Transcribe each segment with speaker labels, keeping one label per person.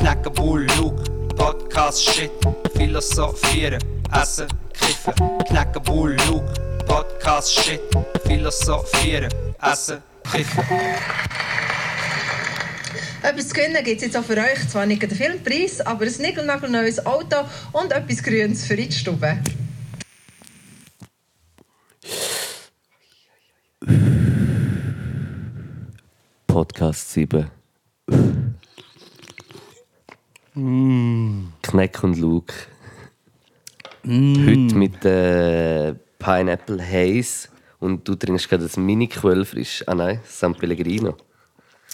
Speaker 1: Hacken, Bull, Luke, Podcast, Shit, Philosophieren, Essen, Kiffen. Knacken, Bull, Luke, Podcast, Shit, Philosophieren, Essen, Kiffen.
Speaker 2: Etwas zu gewinnen gibt es jetzt auch für euch. Zwar nicht den Filmpreis, aber ein nickelnagelneues Auto und etwas Grünes für in die Stube.
Speaker 3: Podcast 7. Kneck und Luke. Heute mit äh, Pineapple Haze. Und du trinkst gerade das Mini-Quell frisch. Ah nein, San Pellegrino.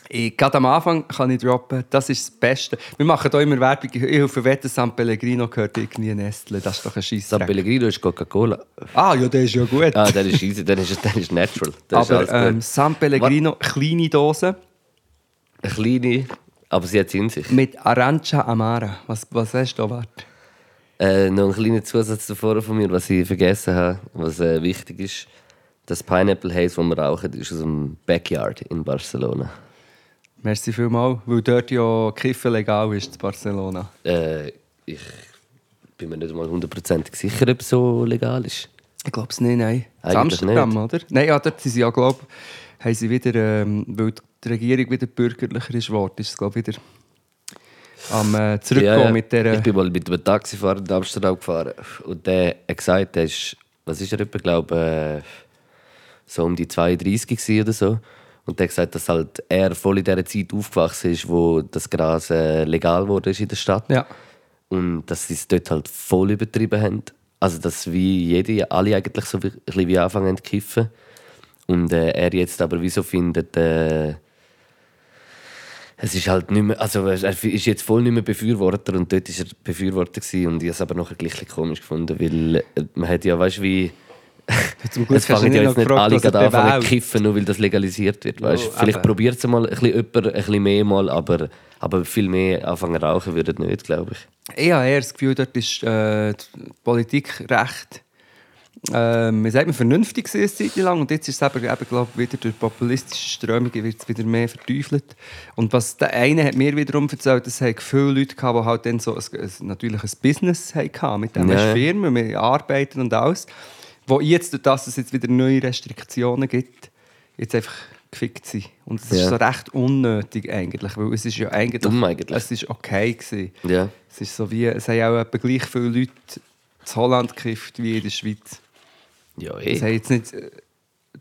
Speaker 4: Ich, gerade am Anfang kann ich droppen, das ist das Beste. Wir machen hier immer Werbung. Ich hoffe, Wetter San Pellegrino gehört irgendwie Nestle. Das ist doch ein Scheiss.
Speaker 3: San Pellegrino ist Coca-Cola.
Speaker 4: Ah, ja, der ist ja gut.
Speaker 3: Ah, der ist easy, der ist, der ist natural. Der
Speaker 4: Aber
Speaker 3: ist alles
Speaker 4: ähm,
Speaker 3: gut.
Speaker 4: San Pellegrino, kleine Dose
Speaker 3: Eine kleine, aber sie hat es in sich.
Speaker 4: mit Arancia Amara. Was, was hast du da, Wart?
Speaker 3: Äh, noch ein kleiner Zusatz davor von mir, was ich vergessen habe, was äh, wichtig ist. Das Pineapple Haze, das wir rauchen, ist aus dem Backyard in Barcelona.
Speaker 4: Merci vielmals, weil dort ja Kiffen legal ist in Barcelona.
Speaker 3: Äh, ich bin mir nicht mal hundertprozentig sicher, ob es so legal ist.
Speaker 4: Ich glaube es nicht, nein. In
Speaker 3: Eigentlich
Speaker 4: Amsterdam,
Speaker 3: nicht.
Speaker 4: oder? Nein, ja, dort sind sie ja, glaube haben sie wieder, ähm, weil die Regierung wieder bürgerlicher ist geworden, ist es, glaube wieder am äh, Zurückgehen mit
Speaker 3: Ich
Speaker 4: der...
Speaker 3: bin mal mit einem Taxifahrer in Amsterdam gefahren und der hat gesagt, der ist, was ist er, ich glaube, äh, so um die 32 gewesen oder so. Und der hat gesagt, dass halt er voll in dieser Zeit aufgewachsen ist, wo das Gras äh, legal wurde in der Stadt.
Speaker 4: Ja.
Speaker 3: Und dass sie es dort halt voll übertrieben haben. Also, dass wie jede, alle eigentlich so wie- ein bisschen wie anfangen haben zu kiffen. Und äh, er jetzt aber wieso findet, äh, es ist halt nicht mehr, also er ist jetzt voll nicht mehr Befürworter und dort war er Befürworter gewesen. und ich habe es aber nachher gleich ein bisschen komisch gefunden, weil äh, man hat ja, weißt du, wie...
Speaker 4: Zum Glück
Speaker 3: es
Speaker 4: hast du
Speaker 3: fangen
Speaker 4: nicht
Speaker 3: ja
Speaker 4: noch
Speaker 3: jetzt nicht
Speaker 4: gefragt,
Speaker 3: alle
Speaker 4: was er
Speaker 3: gerade anfangen zu
Speaker 4: bewählt.
Speaker 3: kiffen, nur weil das legalisiert wird, weißt du.
Speaker 4: Ja,
Speaker 3: Vielleicht
Speaker 4: Oh, eben.
Speaker 3: probiert es mal ein bisschen jemand, ein bisschen mehr mal, aber, aber viel mehr anfangen rauchen würde nicht, glaube ich.
Speaker 4: Ich habe eher das Gefühl, dort ist äh, die Politik recht... Ähm, es hat mir vernünftig gewesen, eine Zeit lang und jetzt ist es eben, eben glaub, wieder durch populistische Strömungen wird es wieder mehr verteufelt. Und was der eine hat mir wiederum erzählt, es haben viele Leute gehabt, die halt dann so ein, ein, natürlich ein Business hatten mit diesen
Speaker 3: Ja, ja.
Speaker 4: Firmen, mit Arbeiten und alles, wo jetzt, durch das es jetzt wieder neue Restriktionen gibt, jetzt einfach gefickt sind. Und es ist
Speaker 3: Ja.
Speaker 4: so recht unnötig eigentlich, weil es ist ja eigentlich,
Speaker 3: Dumm eigentlich.
Speaker 4: es ist okay gewesen.
Speaker 3: Ja.
Speaker 4: Es ist so wie, es haben auch etwa gleich viele Leute in Holland gekifft wie in der Schweiz.
Speaker 3: Ja,
Speaker 4: Es haben jetzt nicht, äh,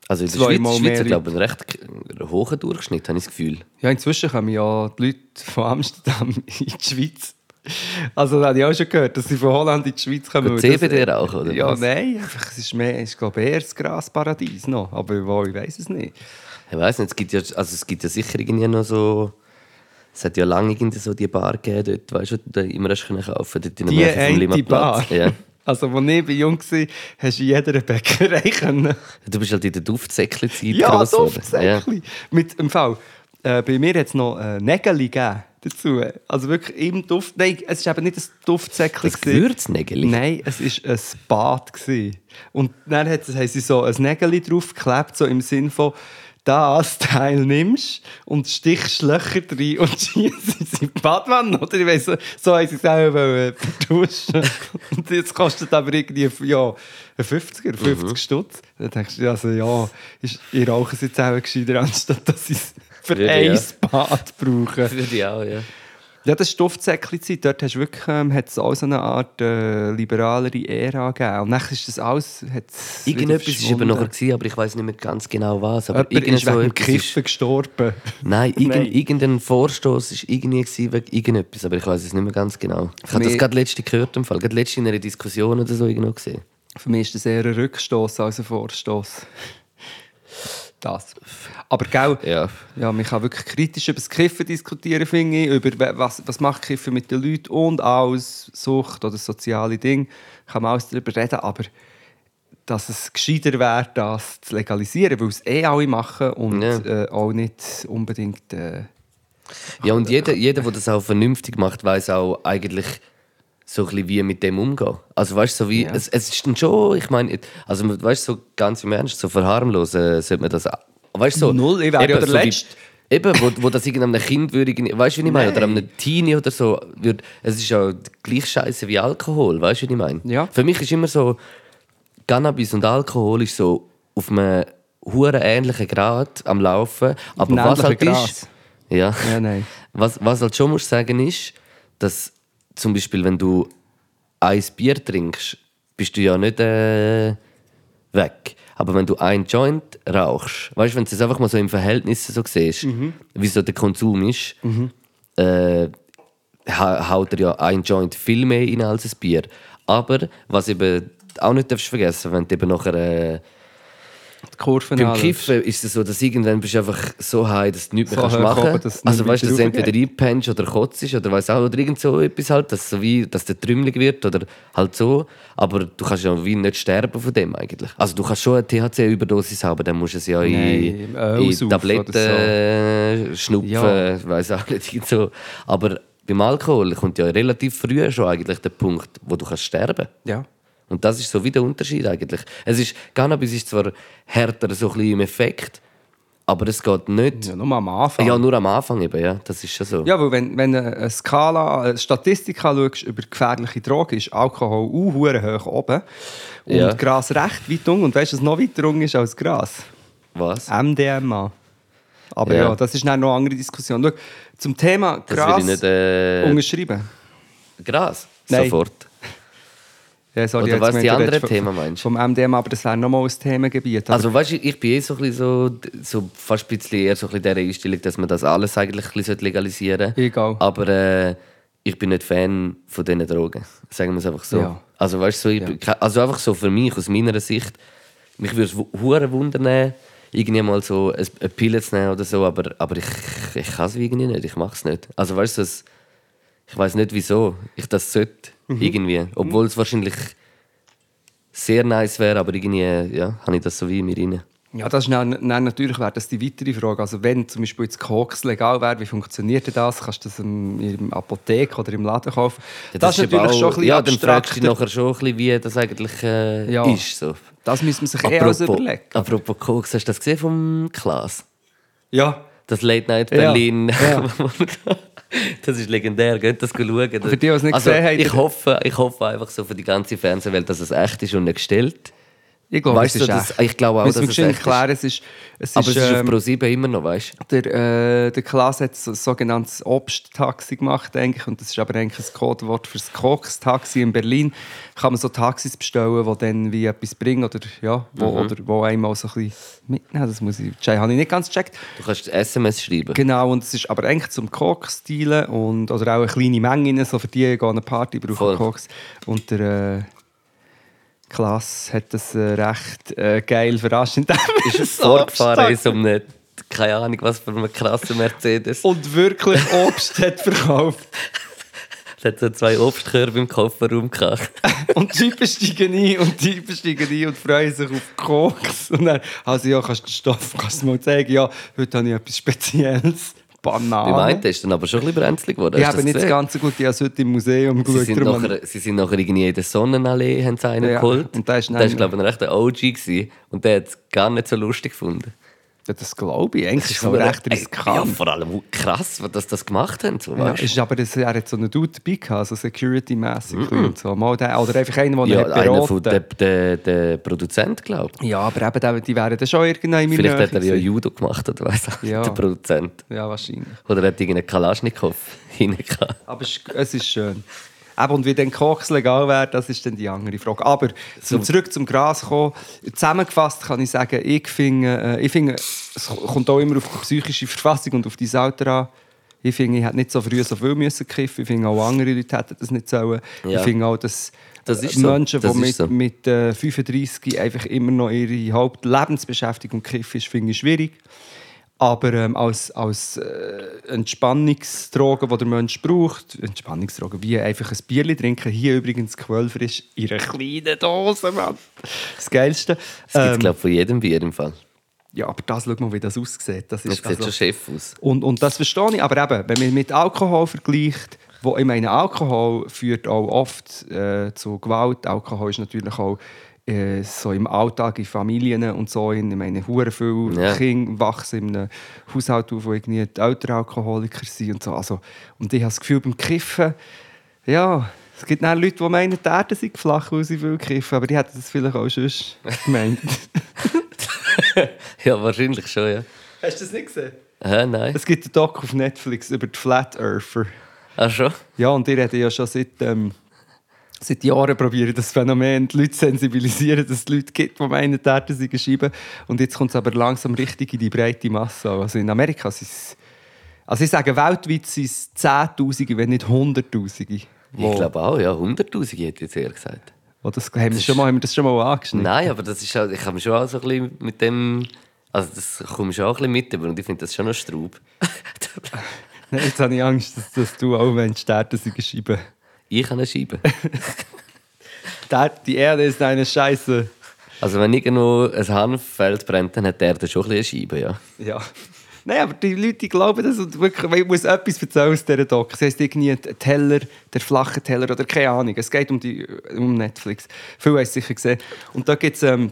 Speaker 3: Also in der Schweiz,
Speaker 4: zweimal
Speaker 3: Schweiz
Speaker 4: mehr
Speaker 3: hat, glaube ich, einen recht einen hohen Durchschnitt, habe ich das Gefühl.
Speaker 4: ja, inzwischen kommen ja die Leute von Amsterdam in die Schweiz. Also das habe ich auch schon gehört, dass sie von Holland in die Schweiz kommen.
Speaker 3: Gut,
Speaker 4: weil das-
Speaker 3: CBD rauchen, oder
Speaker 4: Ja,
Speaker 3: was?
Speaker 4: nein, einfach, es ist mehr, es ist glaube ich eher das Grasparadies noch, aber wo, ich weiß es nicht.
Speaker 3: Ich weiß nicht, es gibt, ja, also es gibt ja sicher irgendwie noch so... Es hat ja lange irgendwie so die Bar gegeben, dort, weißt du, die du immer hast können kaufen dort in der
Speaker 4: Die
Speaker 3: Nähe vom
Speaker 4: eine
Speaker 3: Limmatplatz.
Speaker 4: Bar.
Speaker 3: Ja.
Speaker 4: Also, als ich bei jung war, hast du in jeder Bäckerei können.
Speaker 3: Du bist halt in der Duftsäckchen-Zeit
Speaker 4: Ja,
Speaker 3: gross geworden.
Speaker 4: Duftsäckchen. Mit dem Fall. Äh, bei mir hat es noch äh, Nägel gegeben dazu. Also wirklich im Duft. Nein, es war eben nicht ein Duftsäckchen.
Speaker 3: Ein
Speaker 4: gewesen.
Speaker 3: Gewürznägeli?
Speaker 4: Nein, es war ein Bad. Gewesen. Und dann hat, haben sie so ein Nägel draufgeklebt, so im Sinn von, das Teil nimmst und stichst Löcher rein und schießt es in die Badwanne. Oder ich weiss, so- so haben sie es auch wollen vertuschen. Und jetzt kostet aber irgendwie ja, ein
Speaker 3: Mhm.
Speaker 4: 50er, 50 Stutz. Dann denkst du, also ja, ist, ich rauche es jetzt auch gescheiter, anstatt dass ich es für
Speaker 3: Würde,
Speaker 4: ein
Speaker 3: ja.
Speaker 4: Bad brauche.
Speaker 3: Ja. Würde ich auch, ja.
Speaker 4: Ja, das Stoffzäckchen-Zeit, dort hast du wirklich, ähm, hat es auch so eine Art äh, liberalere Ära gegeben. Und nachher ist das alles... hat's wieder
Speaker 3: Irgendetwas war aber
Speaker 4: verschwunden.
Speaker 3: noch, gewesen, aber ich weiß nicht mehr ganz genau was. Aber
Speaker 4: Jemand ist
Speaker 3: irgend so
Speaker 4: wegen dem
Speaker 3: etwas ist-
Speaker 4: Kiffen gestorben.
Speaker 3: Nein,
Speaker 4: Nein.
Speaker 3: irgend, irgendein Vorstoß war irgendwie gewesen wegen irgendetwas, aber ich weiß es nicht mehr ganz genau. Ich habe
Speaker 4: Mir-
Speaker 3: das gerade letzte gehört, im Fall. gerade letzte in einer Diskussion oder so irgendwo gesehen.
Speaker 4: Für mich ist das eher ein Rückstoß als ein Vorstoß. Das. Aber gell,
Speaker 3: Ja.
Speaker 4: ja, man kann wirklich kritisch über das Kiffen diskutieren, finde ich, über we- was, was macht Kiffen mit den Leuten und alles, Sucht oder soziale Dinge, kann man alles darüber reden, aber dass es gescheiter wäre, das zu legalisieren, weil es eh alle machen und
Speaker 3: Ja.
Speaker 4: äh, auch nicht unbedingt... Äh,
Speaker 3: Ja, und jeder, jeder, der das auch vernünftig macht, weiß auch eigentlich so ein bisschen, wie mit dem umgehen. Also weißt du, so wie,
Speaker 4: Ja.
Speaker 3: es, es ist dann schon, ich meine, also weißt du, so ganz im Ernst, so verharmlosen sollte man das auch. Weißt du, so,
Speaker 4: Null, ich wäre ja
Speaker 3: eben,
Speaker 4: der
Speaker 3: so die-
Speaker 4: Letzte.
Speaker 3: Eben, wo, wo das irgendeinem Kind würde, irgendwie- weißt du, wie ich meine? Oder
Speaker 4: Nein.
Speaker 3: einem Teenie oder so. Würde, es ist ja gleich scheiße wie Alkohol, weißt du, wie ich meine?
Speaker 4: Ja.
Speaker 3: Für mich ist immer so, Cannabis und Alkohol ist so auf einem hohen ähnlichen Grad am Laufen. Aber
Speaker 4: einem
Speaker 3: was halt
Speaker 4: ähnlichen
Speaker 3: ist. Ja.
Speaker 4: Ja, nein.
Speaker 3: Was, was halt schon musst sagen ist, dass zum Beispiel, wenn du ein Bier trinkst, bist du ja nicht äh, weg. Aber wenn du ein Joint rauchst, weißt du, wenn du es einfach mal so im Verhältnis so siehst,
Speaker 4: Mhm.
Speaker 3: wie so der Konsum ist, äh, ha- haut er ja ein Joint viel mehr rein als ein Bier. Aber was eben auch nicht darfst vergessen, wenn du eben nachher äh,
Speaker 4: Die Kurven
Speaker 3: beim
Speaker 4: anschaust.
Speaker 3: Kiffen ist es so, dass irgendwann bist du einfach so high, dass du nichts mehr
Speaker 4: So
Speaker 3: kannst
Speaker 4: hoch
Speaker 3: machen
Speaker 4: oben, dass
Speaker 3: kannst.
Speaker 4: es
Speaker 3: Also
Speaker 4: nicht
Speaker 3: weißt du, dass du
Speaker 4: wieder
Speaker 3: entweder einpennst oder kotzt oder weiss auch, oder irgend so etwas halt, dass, so wie, dass der trümmelig wird oder halt so. Aber du kannst ja wie nicht sterben von dem eigentlich. Also du kannst schon eine THC-Überdosis haben, dann musst du es ja in,
Speaker 4: Nein, äh,
Speaker 3: in
Speaker 4: aussaufen
Speaker 3: Tabletten äh, schnupfen,
Speaker 4: Ja.
Speaker 3: ich weiss auch nicht, irgend so. Aber beim Alkohol kommt ja relativ früh schon eigentlich der Punkt, wo du kannst sterben kannst.
Speaker 4: Ja.
Speaker 3: Und das ist so wie der Unterschied eigentlich. Es ist, Cannabis ist zwar härter so ein bisschen im Effekt, aber es geht nicht.
Speaker 4: ja,
Speaker 3: Ja,
Speaker 4: nur am Anfang.
Speaker 3: nur am Anfang eben, ja. Das ist schon so.
Speaker 4: Ja, weil wenn, wenn du eine Skala, eine Statistik anschaust über gefährliche Drogen, ist Alkohol auch hure hoch oben. Und
Speaker 3: Ja.
Speaker 4: Gras recht weit unten. Und weißt du, was noch weiter unten ist als Gras?
Speaker 3: Was?
Speaker 4: Äh, MDMA. Aber
Speaker 3: Ja.
Speaker 4: ja, das ist dann noch eine andere Diskussion. Schau, zum Thema
Speaker 3: Das
Speaker 4: Gras
Speaker 3: will ich nicht. Äh,
Speaker 4: unterschreiben.
Speaker 3: Gras.
Speaker 4: Nein.
Speaker 3: Sofort.
Speaker 4: Ja, sorry,
Speaker 3: Oder
Speaker 4: jetzt
Speaker 3: was
Speaker 4: meinte
Speaker 3: die
Speaker 4: ich, du
Speaker 3: anderen
Speaker 4: redest vom-
Speaker 3: Themen meinst?
Speaker 4: Vom MDMA, aber das wäre nochmal ein Themengebiet. Aber
Speaker 3: Also weißt du, ich bin eh so, ein bisschen so, so fast ein bisschen eher so ein bisschen der Einstellung, dass man das alles eigentlich ein bisschen legalisieren sollte.
Speaker 4: Egal.
Speaker 3: Aber äh, ich bin nicht Fan von diesen Drogen. Sagen wir es einfach so.
Speaker 4: Ja.
Speaker 3: Also weißt du, so, ich bin ke- also einfach so für mich, aus meiner Sicht, mich würde es hu- hure wundern, irgendwie mal so ein- eine Pille zu nehmen oder so, aber, aber ich, ich kann es irgendwie nicht, ich mache es nicht. Also weißt du, so ein- ich weiß nicht wieso ich das sollte,
Speaker 4: Mhm.
Speaker 3: irgendwie. Obwohl es wahrscheinlich sehr nice wäre, aber irgendwie ja, habe ich das so wie in mir rein.
Speaker 4: Ja, das ist dann, dann natürlich wäre das die weitere Frage. Also wenn zum Beispiel jetzt Koks legal wäre, wie funktioniert denn das? Kannst du das im, in der Apotheke oder im Laden kaufen? das, ist
Speaker 3: eben
Speaker 4: natürlich
Speaker 3: auch-
Speaker 4: schon ein bisschen
Speaker 3: Ja, dann fragst du dich
Speaker 4: abstrakter.
Speaker 3: nachher schon ein bisschen, wie das eigentlich äh,
Speaker 4: Ja.
Speaker 3: ist. So.
Speaker 4: Das müssen wir sich eh alles überlegen.
Speaker 3: apropos Koks, hast du das gesehen vom Klaas?
Speaker 4: Ja,
Speaker 3: Das Late Night
Speaker 4: Ja.
Speaker 3: Berlin.
Speaker 4: Ja.
Speaker 3: das ist legendär, geht das schauen.
Speaker 4: Für die, die es nicht
Speaker 3: also,
Speaker 4: gesehen haben-
Speaker 3: ich hoffe, ich hoffe einfach so für die ganze Fernsehwelt, dass es echt ist und nicht gestellt.
Speaker 4: ich glaube,
Speaker 3: Weißt
Speaker 4: es ist
Speaker 3: du, das-
Speaker 4: echt.
Speaker 3: ich glaube auch,
Speaker 4: Müssen wir
Speaker 3: dass es
Speaker 4: wahrscheinlich
Speaker 3: echt ist.
Speaker 4: klären, es ist... Es
Speaker 3: Aber
Speaker 4: ist,
Speaker 3: es ist auf
Speaker 4: ähm,
Speaker 3: Pro 7 immer noch, weißt du?
Speaker 4: der, äh, der Klaas hat so ein sogenanntes Obsttaxi gemacht, eigentlich, und das ist aber eigentlich ein Codewort für das Koks-Taxi in Berlin. Kann man so Taxis bestellen, die dann wie etwas bringen oder, ja,
Speaker 3: Mhm.
Speaker 4: wo, oder wo einmal so ein bisschen mitnehmen. Das muss ich, das habe ich nicht ganz gecheckt.
Speaker 3: Du kannst SMS schreiben.
Speaker 4: Genau, und es ist aber eigentlich zum Koks teilen und oder auch eine kleine Menge rein, so für die gehen an eine Party, brauchen
Speaker 3: Voll.
Speaker 4: Koks. Und der äh, Klaas hat das äh, recht äh, geil verarscht. indem er
Speaker 3: Ist
Speaker 4: so
Speaker 3: vorgefahren in
Speaker 4: abstark-
Speaker 3: so einem, keine Ahnung, was für einem krassen Mercedes.
Speaker 4: Und wirklich Obst hat verkauft.
Speaker 3: Es hat so zwei Obstkörbe im Kofferraum gehabt.
Speaker 4: Und die Typen steigen ein und die Typen steigen ein und freuen sich auf Koks. Und dann, also ja, kannst du den Stoff kannst du mal zeigen? Ja, heute habe ich etwas Spezielles.
Speaker 3: Beim einen
Speaker 4: Bananen.
Speaker 3: ist dann aber schon ein bisschen brenzlig geworden.
Speaker 4: Ich
Speaker 3: Hast du
Speaker 4: habe
Speaker 3: das
Speaker 4: nicht das
Speaker 3: gesehen?
Speaker 4: ganz so gut, ich habe es heute im Museum
Speaker 3: Sie
Speaker 4: geschaut.
Speaker 3: sind,
Speaker 4: darum-
Speaker 3: nachher, sie sind nachher irgendwie in der Sonnenallee, haben sie einen
Speaker 4: Ja,
Speaker 3: geholt.
Speaker 4: und der ist
Speaker 3: der ist,
Speaker 4: dann-
Speaker 3: glaube ich, ein rechter OG gewesen. Und der hat es gar nicht so lustig gefunden.
Speaker 4: Ja, das glaube ich. Eigentlich ist es auch
Speaker 3: verdammt-
Speaker 4: recht
Speaker 3: Ey, Ja,
Speaker 4: riskant.
Speaker 3: vor allem krass, dass sie das gemacht haben. So,
Speaker 4: Ja,
Speaker 3: weißt du?
Speaker 4: ist aber das, er hat so einen Dude dabei gehabt, so security-mässig. und So. Mal der, oder einfach einen, der ihn
Speaker 3: ja,
Speaker 4: hat
Speaker 3: einer von der,
Speaker 4: beraten
Speaker 3: der, der Produzent, glaube ich.
Speaker 4: Ja, aber eben, der- die wären dann schon irgendwann in meiner
Speaker 3: Vielleicht hat er ja
Speaker 4: gewesen.
Speaker 3: Judo gemacht oder weiss auch nicht,
Speaker 4: Ja.
Speaker 3: der Produzent.
Speaker 4: Ja, wahrscheinlich.
Speaker 3: Oder hat irgendeinen Kalaschnikow hinein gehabt.
Speaker 4: Aber es, es ist schön. Eben, und wie dann Koks legal wäre, das ist dann die andere Frage. Aber zum zurück zum Gras kommen. Zusammengefasst kann ich sagen, ich finde, äh, ich finde, es kommt auch immer auf die psychische Verfassung und auf dein Alter an. Ich finde, ich hätte nicht so früh so viel müssen kiffen. Ich finde, auch andere Leute hätten das nicht sollen.
Speaker 3: Ja.
Speaker 4: Ich finde auch, dass
Speaker 3: Das ist
Speaker 4: äh,
Speaker 3: so.
Speaker 4: Menschen,
Speaker 3: Das
Speaker 4: die mit,
Speaker 3: ist so.
Speaker 4: mit äh, 35 einfach immer noch ihre Hauptlebensbeschäftigung kiffen, ist, finde ich schwierig. Aber ähm, als, als äh, Entspannungsdroge, die der Mensch braucht, Entspannungsdroge, wie einfach ein Bierli trinken, hier übrigens Quellfrisch in einer kleinen Dose, Mann. Das Geilste.
Speaker 3: Das gibt es,
Speaker 4: Ähm,
Speaker 3: glaube ich, von jedem Bier im Fall.
Speaker 4: ja, aber das, schau mal, wie das aussieht. Das
Speaker 3: Das
Speaker 4: ist
Speaker 3: sieht
Speaker 4: also,
Speaker 3: schon Chef aus.
Speaker 4: und, und das verstehe ich, aber eben, wenn man mit Alkohol vergleicht, wo ich meine, Alkohol führt auch oft äh, zu Gewalt. Alkohol ist natürlich auch äh, so im Alltag, in Familien und so. In, ich meine, hure viele
Speaker 3: Ja.
Speaker 4: Kinder wachsen in einem Haushalt auf, wo irgendwie die Eltern Alkoholiker sind und so. Also, und ich habe das Gefühl, beim Kiffen, ja, es gibt dann Leute, die meinen, die Erde sei flach, weil sie viel kiffen, aber die hätten das vielleicht auch sonst gemeint.
Speaker 3: ja, wahrscheinlich schon, ja.
Speaker 4: Hast du das nicht gesehen?
Speaker 3: Hä, nein.
Speaker 4: Es gibt einen Doc auf Netflix über die Flat Earther.
Speaker 3: Ach schon?
Speaker 4: Ja, und ihr habt ja schon seit, ähm, seit Jahren probiert, das Phänomen, die Leute zu sensibilisieren, dass es Leute gibt, die meinen, die Erde sei geschrieben. Und jetzt kommt es aber langsam richtig in die breite Masse. Also in Amerika sind es... Also ich sage, weltweit sind es Zehntausende, wenn nicht Hunderttausende.
Speaker 3: Ich glaube auch, ja. 100'000 hätte ich jetzt eher gesagt.
Speaker 4: Oh, das, haben, wir schon mal, haben wir das schon mal angeschnitten?
Speaker 3: Nein, aber das ist auch, ich habe mich schon auch so ein bisschen mit dem... Also das komme ich schon auch ein bisschen mit, aber und ich finde das schon noch Straub.
Speaker 4: Nein, Jetzt habe ich Angst, dass, dass du auch meinst, die Erde sei geschrieben.
Speaker 3: ich kann eine Scheibe.
Speaker 4: Die Erde- Die Erde ist eine Scheiße.
Speaker 3: Also wenn irgendwo ein Hanffeld brennt, dann hat der da schon ein bisschen eine Scheibe, ja.
Speaker 4: Ja. Nein, aber die Leute die glauben das und wirklich, ich muss etwas erzählen aus dieser Doc. Es heisst irgendwie ein Teller, der flache Teller oder keine Ahnung. Es geht um, die, um Netflix. Viele haben es sicher gesehen. Und da gibt es... Ähm,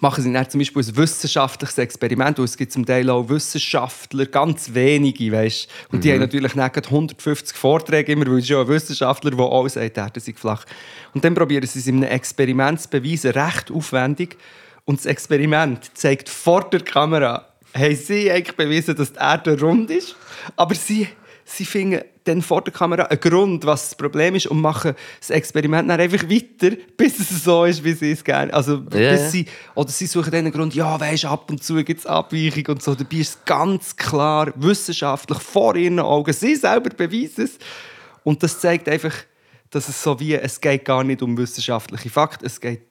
Speaker 4: machen sie dann zum Beispiel ein wissenschaftliches Experiment. Und es gibt zum Teil auch Wissenschaftler, ganz wenige, weißt Und
Speaker 3: Mhm.
Speaker 4: die haben natürlich dann gerade 150 Vorträge immer, weil es ist ja ein Wissenschaftler, der auch sagt, der sei flach. Und dann probieren sie es in einem Experiment zu beweisen, recht aufwendig. Und das Experiment zeigt vor der Kamera, haben sie eigentlich bewiesen, dass die Erde rund ist, aber sie, sie finden dann vor der Kamera einen Grund, was das Problem ist und machen das Experiment dann einfach weiter, bis es so ist, wie sie es gerne... Also,
Speaker 3: Ja,
Speaker 4: bis
Speaker 3: ja.
Speaker 4: sie, oder sie suchen dann einen Grund, ja, weisst, ab und zu gibt es Abweichungen und so. Dabei ist es ganz klar, wissenschaftlich, vor ihren Augen. Sie selber beweisen es. Und das zeigt einfach, dass es so wie, es geht gar nicht um wissenschaftliche Fakten, es geht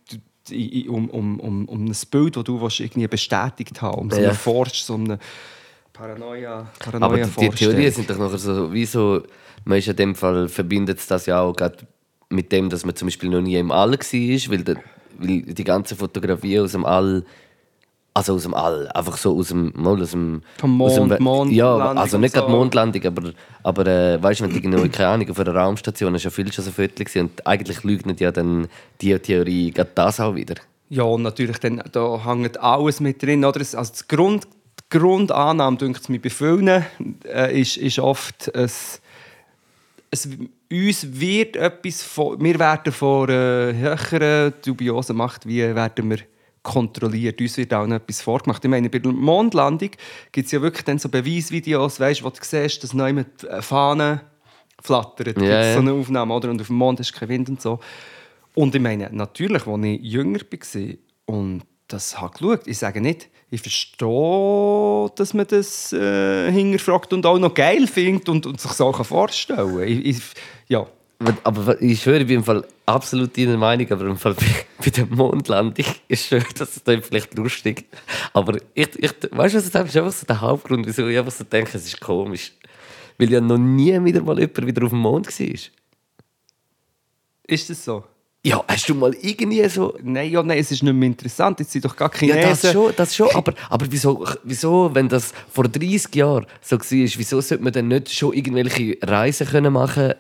Speaker 4: i- i- um, um, um, um ein Bild, das du willst irgendwie bestätigt haben um so
Speaker 3: Ja.
Speaker 4: einen Forsch, so eine Paranoia, Paranoia
Speaker 3: Aber die, die Theorien sind doch nachher so, wie so, man ist in dem Fall, verbindet es das ja auch gerade mit dem, dass man zum Beispiel noch nie im All war, weil, der, weil die ganzen Fotografien aus dem All, also aus dem All, einfach so aus dem, mal aus dem...
Speaker 4: Vom
Speaker 3: aus dem,
Speaker 4: Mond, Mondlandung
Speaker 3: Ja, also nicht
Speaker 4: und
Speaker 3: gerade
Speaker 4: so.
Speaker 3: Mondlandung, aber, aber äh, weißt du, wenn du genau, keine Ahnung, auf einer Raumstation ist ja viel schon so Viertel gewesen und eigentlich leugnet ja dann die Theorie gerade das auch wieder.
Speaker 4: Ja, und natürlich, dann, da hängt alles mit drin. Oder? Es- Also das Grund, die Grundannahme, denkt mir, bei vielen äh, ist, ist oft, es, es, uns wird etwas von, wir werden von einer höheren, dubiosen Macht, wie werden wir kontrolliert. Uns wird auch noch etwas vorgemacht. Ich meine, bei der Mondlandung gibt es ja wirklich dann so Beweisvideos, weißt, wo du siehst, dass noch jemand die Fahne flattert.
Speaker 3: Ja,
Speaker 4: Gibt's so
Speaker 3: ja.
Speaker 4: eine Aufnahme, oder? Und auf dem Mond hast du keinen Wind und so. Und ich meine, natürlich, als ich jünger war und das habe geschaut, ich sage nicht, ich verstehe, dass man das äh, hinterfragt und auch noch geil findet und, und sich so kann vorstellen kann. Ich, ich, ja.
Speaker 3: Aber ich schwöre, ich bin im Fall absolut deiner Meinung, aber im Fall bei, bei der Mondlandung ist schön, dass es dann vielleicht lustig Aber ich, ich, weißt du, was ich denke? Das ist einfach so der Hauptgrund, wieso ich einfach so denke, es ist komisch. Weil ja noch nie wieder mal jemand wieder auf dem Mond war.
Speaker 4: Ist das so?
Speaker 3: Ja, hast du mal irgendwie so.
Speaker 4: Nein, ja, nein, es ist nicht mehr interessant. Jetzt sind doch gar Chinesen.
Speaker 3: Ja, das schon, das schon. Aber, aber wieso, wieso, wenn das vor 30 Jahren so war, wieso sollte man dann nicht schon irgendwelche Reisen können machen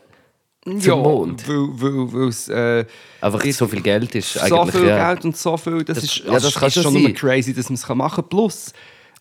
Speaker 3: zum
Speaker 4: ja,
Speaker 3: Mond?
Speaker 4: Weil, weil, weil es äh,
Speaker 3: Einfach so viel Geld ist
Speaker 4: so
Speaker 3: eigentlich.
Speaker 4: viel
Speaker 3: ja.
Speaker 4: Geld und so viel, das,
Speaker 3: Das-
Speaker 4: ist, also
Speaker 3: ja, das
Speaker 4: ist
Speaker 3: kann schon
Speaker 4: schon immer
Speaker 3: sein.
Speaker 4: crazy, dass man es machen kann. Plus,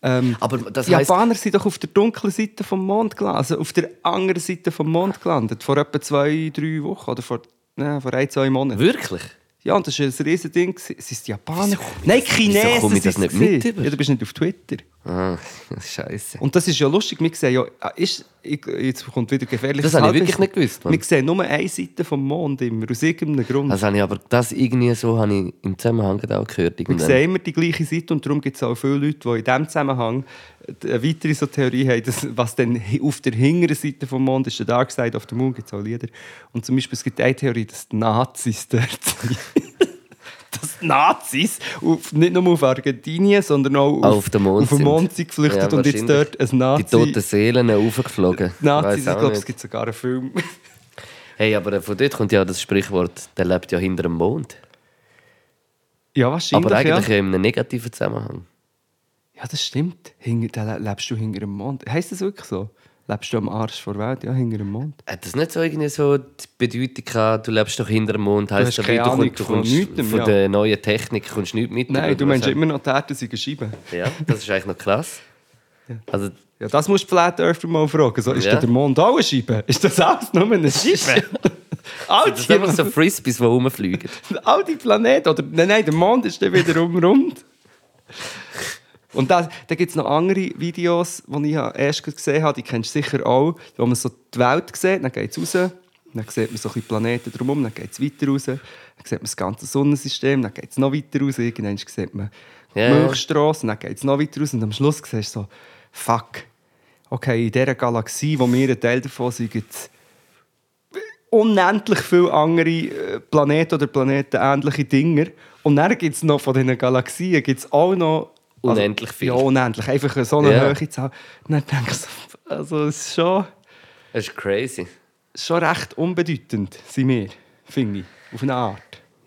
Speaker 4: ähm,
Speaker 3: Aber das
Speaker 4: die
Speaker 3: heisst-
Speaker 4: Japaner sind doch auf der dunklen Seite vom Mond gelandet, also auf der anderen Seite vom Mond gelandet, vor etwa zwei, drei Wochen oder vor, nein, vor ein, zwei Monaten.
Speaker 3: Wirklich?
Speaker 4: Ja, und das war ein riesen Ding. gewesen. Es ist die Japaner.
Speaker 3: Wieso komme ich
Speaker 4: Nein,
Speaker 3: das- wieso
Speaker 4: Chinesen
Speaker 3: komme ich
Speaker 4: sind
Speaker 3: das
Speaker 4: es
Speaker 3: nicht
Speaker 4: gewesen.
Speaker 3: mit über?
Speaker 4: Ja, du bist nicht auf Twitter.
Speaker 3: Ah, scheiße.
Speaker 4: Und das ist ja lustig, wir sehen ja, ah, ist, ich, jetzt kommt wieder gefährlich.
Speaker 3: Das habe ich wirklich nicht gewusst, Mann.
Speaker 4: Wir sehen nur eine Seite vom Mond immer, aus irgendeinem Grund.
Speaker 3: Also habe ich aber das irgendwie so habe ich im Zusammenhang gerade auch gehört.
Speaker 4: wir
Speaker 3: irgendwann.
Speaker 4: sehen immer die gleiche Seite und darum gibt es auch viele Leute, die in diesem Zusammenhang äh, eine weitere so Theorie haben, dass, was dann hi- auf der hinteren Seite vom Mond ist, der Dark Side of the Moon, gibt es auch Lieder. Und zum Beispiel, es gibt eine Theorie, dass die Nazis dort sind. dass die Nazis auf, nicht nur auf Argentinien, sondern auch auf,
Speaker 3: Auch auf dem Mond
Speaker 4: auf den
Speaker 3: sind.
Speaker 4: Mond sind geflüchtet
Speaker 3: Ja,
Speaker 4: und jetzt
Speaker 3: wahrscheinlich.
Speaker 4: dort ein Nazi...
Speaker 3: Die toten Seelen aufgeflogen.
Speaker 4: Nazis, ich
Speaker 3: Weiss auch
Speaker 4: glaube, es
Speaker 3: nicht.
Speaker 4: gibt sogar einen Film.
Speaker 3: Hey, aber von dort kommt ja das Sprichwort, der lebt ja hinter dem Mond.
Speaker 4: ja, wahrscheinlich,
Speaker 3: aber eigentlich
Speaker 4: ja.
Speaker 3: in einem negativen Zusammenhang.
Speaker 4: Ja, das stimmt. Hinter, da le- lebst du hinter dem Mond. Heißt das wirklich so? Lebst du am Arsch vor der Welt? Ja, hinter dem Mond.
Speaker 3: Hat das nicht so, irgendwie so die Bedeutung gehabt, du lebst noch hinter dem Mond, heisst
Speaker 4: hast keine
Speaker 3: komm-
Speaker 4: Ahnung von nichtem,
Speaker 3: von
Speaker 4: ja.
Speaker 3: der neuen Technik kommst du nicht mit?
Speaker 4: Nein,
Speaker 3: oder
Speaker 4: du
Speaker 3: was
Speaker 4: meinst
Speaker 3: auch-
Speaker 4: immer noch, die Erde sei geschrieben.
Speaker 3: Ja, das ist eigentlich noch krass. Also,
Speaker 4: Ja, das musst du Flat Earther mal fragen. So, ist
Speaker 3: Ja.
Speaker 4: da der Mond auch eine Scheibe? Ist das alles nur eine Scheibe? all,
Speaker 3: das sind
Speaker 4: die,
Speaker 3: einfach so Frisbees, die rumfliegen.
Speaker 4: all die Planeten. Oder, nein, nein, der Mond ist dann wiederum rund. Und das, da gibt es noch andere Videos, die ich ja erst gesehen habe, die kennst du sicher auch, wo man so die Welt sieht, dann geht es raus, dann sieht man so ein bisschen Planeten drumherum, dann geht es weiter raus, dann sieht man das ganze Sonnensystem, dann geht es noch weiter raus, irgendwann sieht man die
Speaker 3: Ja, ja.
Speaker 4: Milchstraße, dann geht es noch weiter raus und am Schluss siehst du so, fuck, okay, in dieser Galaxie, wo wir ein Teil davon sind, gibt es unendlich viele andere äh, Planeten oder planetenähnliche Dinger. Und dann gibt es noch von diesen Galaxien gibt's auch noch.
Speaker 3: Unendlich viel.
Speaker 4: Ja, unendlich. Einfach so eine
Speaker 3: Ja.
Speaker 4: Höhe zu haben. Und dann denke ich so, also es ist schon,
Speaker 3: Das ist crazy.
Speaker 4: schon recht unbedeutend, sind wir, finde ich. Auf eine Art.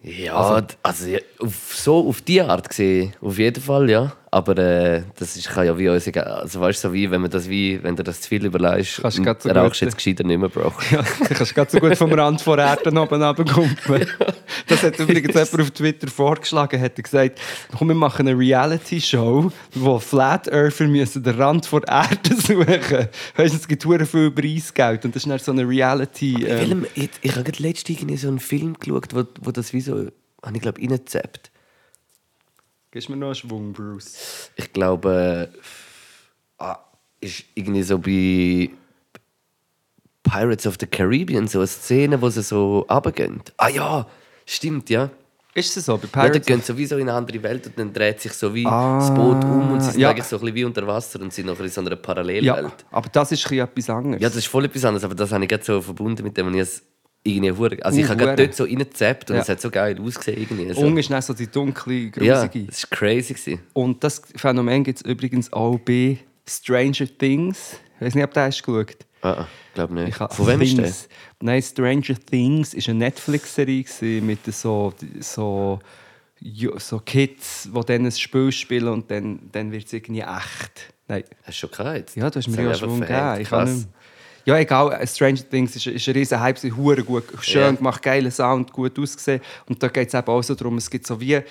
Speaker 3: Ja, also, also ja, auf, so auf die Art gesehen, auf jeden Fall, ja. Aber äh, das ist, kann ja wie uns egal. Also weißt du, so wie, wenn man das wie, wenn du das zu viel überlegst,
Speaker 4: Kannst du grad so
Speaker 3: rauchst du
Speaker 4: gut-
Speaker 3: jetzt gescheiter nicht mehr, Bro.
Speaker 4: Ja, du kannst gerade so gut vom Rand vor Erde oben runterkumpeln. Das hat übrigens jemand auf Twitter vorgeschlagen, hat er gesagt, komm, wir machen eine Reality-Show, wo Flat Earther müssen den Rand vor Erde suchen. Weißt du, es gibt hure viel Preisgeld und das ist dann so eine Reality...
Speaker 3: In
Speaker 4: Ähm,
Speaker 3: welchem- ich ich habe gerade letztens irgendwie so einen Film geschaut, wo, wo das wie so, habe ich glaube, reingezappt.
Speaker 4: gibst mir noch einen Schwung, Bruce.
Speaker 3: Ich glaube, äh, ah, ist irgendwie so bei Pirates of the Caribbean so eine Szene, wo sie so runtergehen. Ah ja, stimmt, ja.
Speaker 4: Ist es so? Bei
Speaker 3: Ja, dann
Speaker 4: Pirates
Speaker 3: gehen sie sowieso in eine andere Welt und dann dreht sich so wie
Speaker 4: Ah,
Speaker 3: das Boot um und sie sind
Speaker 4: ja.
Speaker 3: eigentlich so ein bisschen wie unter Wasser und sind noch in so einer
Speaker 4: Ja,
Speaker 3: Parallelwelt. Ja.
Speaker 4: aber das ist ein bisschen etwas anderes.
Speaker 3: das ist voll etwas anderes, aber das habe ich gerade so verbunden mit dem, was ich es irgendwie hure- Also ich
Speaker 4: Uh,
Speaker 3: habe gerade
Speaker 4: hure.
Speaker 3: dort so reingezappt und
Speaker 4: Ja.
Speaker 3: es hat so geil ausgesehen irgendwie.
Speaker 4: also, Ung
Speaker 3: Also,
Speaker 4: ist dann so die dunkle,
Speaker 3: ja,
Speaker 4: grusige.
Speaker 3: das war crazy. Gewesen.
Speaker 4: Und das Phänomen gibt es übrigens auch bei Stranger Things. Ich weiß nicht, ob du das hast geschaut
Speaker 3: Ah, ah, glaube nicht.
Speaker 4: Ich hab-
Speaker 3: Von wem ist der?
Speaker 4: Things. Nein, Stranger Things war eine Netflix-Serie gewesen mit so, so, Ju- so Kids, die dann ein Spiel spielen und dann, dann wird es irgendwie echt. Nein.
Speaker 3: Hast du schon gehabt? jetzt?
Speaker 4: Ja, du hast
Speaker 3: Das
Speaker 4: mir
Speaker 3: hab
Speaker 4: ja
Speaker 3: ich
Speaker 4: schon
Speaker 3: einfach verhängt.
Speaker 4: gegeben. Ich kann
Speaker 3: Krass.
Speaker 4: nicht mehr. Ja, egal. Stranger Things ist, ist ein riesen Hype, sie hure gut, schön
Speaker 3: Ja.
Speaker 4: gemacht, geiler Sound, gut ausgesehen. Und da geht es eben auch so darum, es gibt so wie eine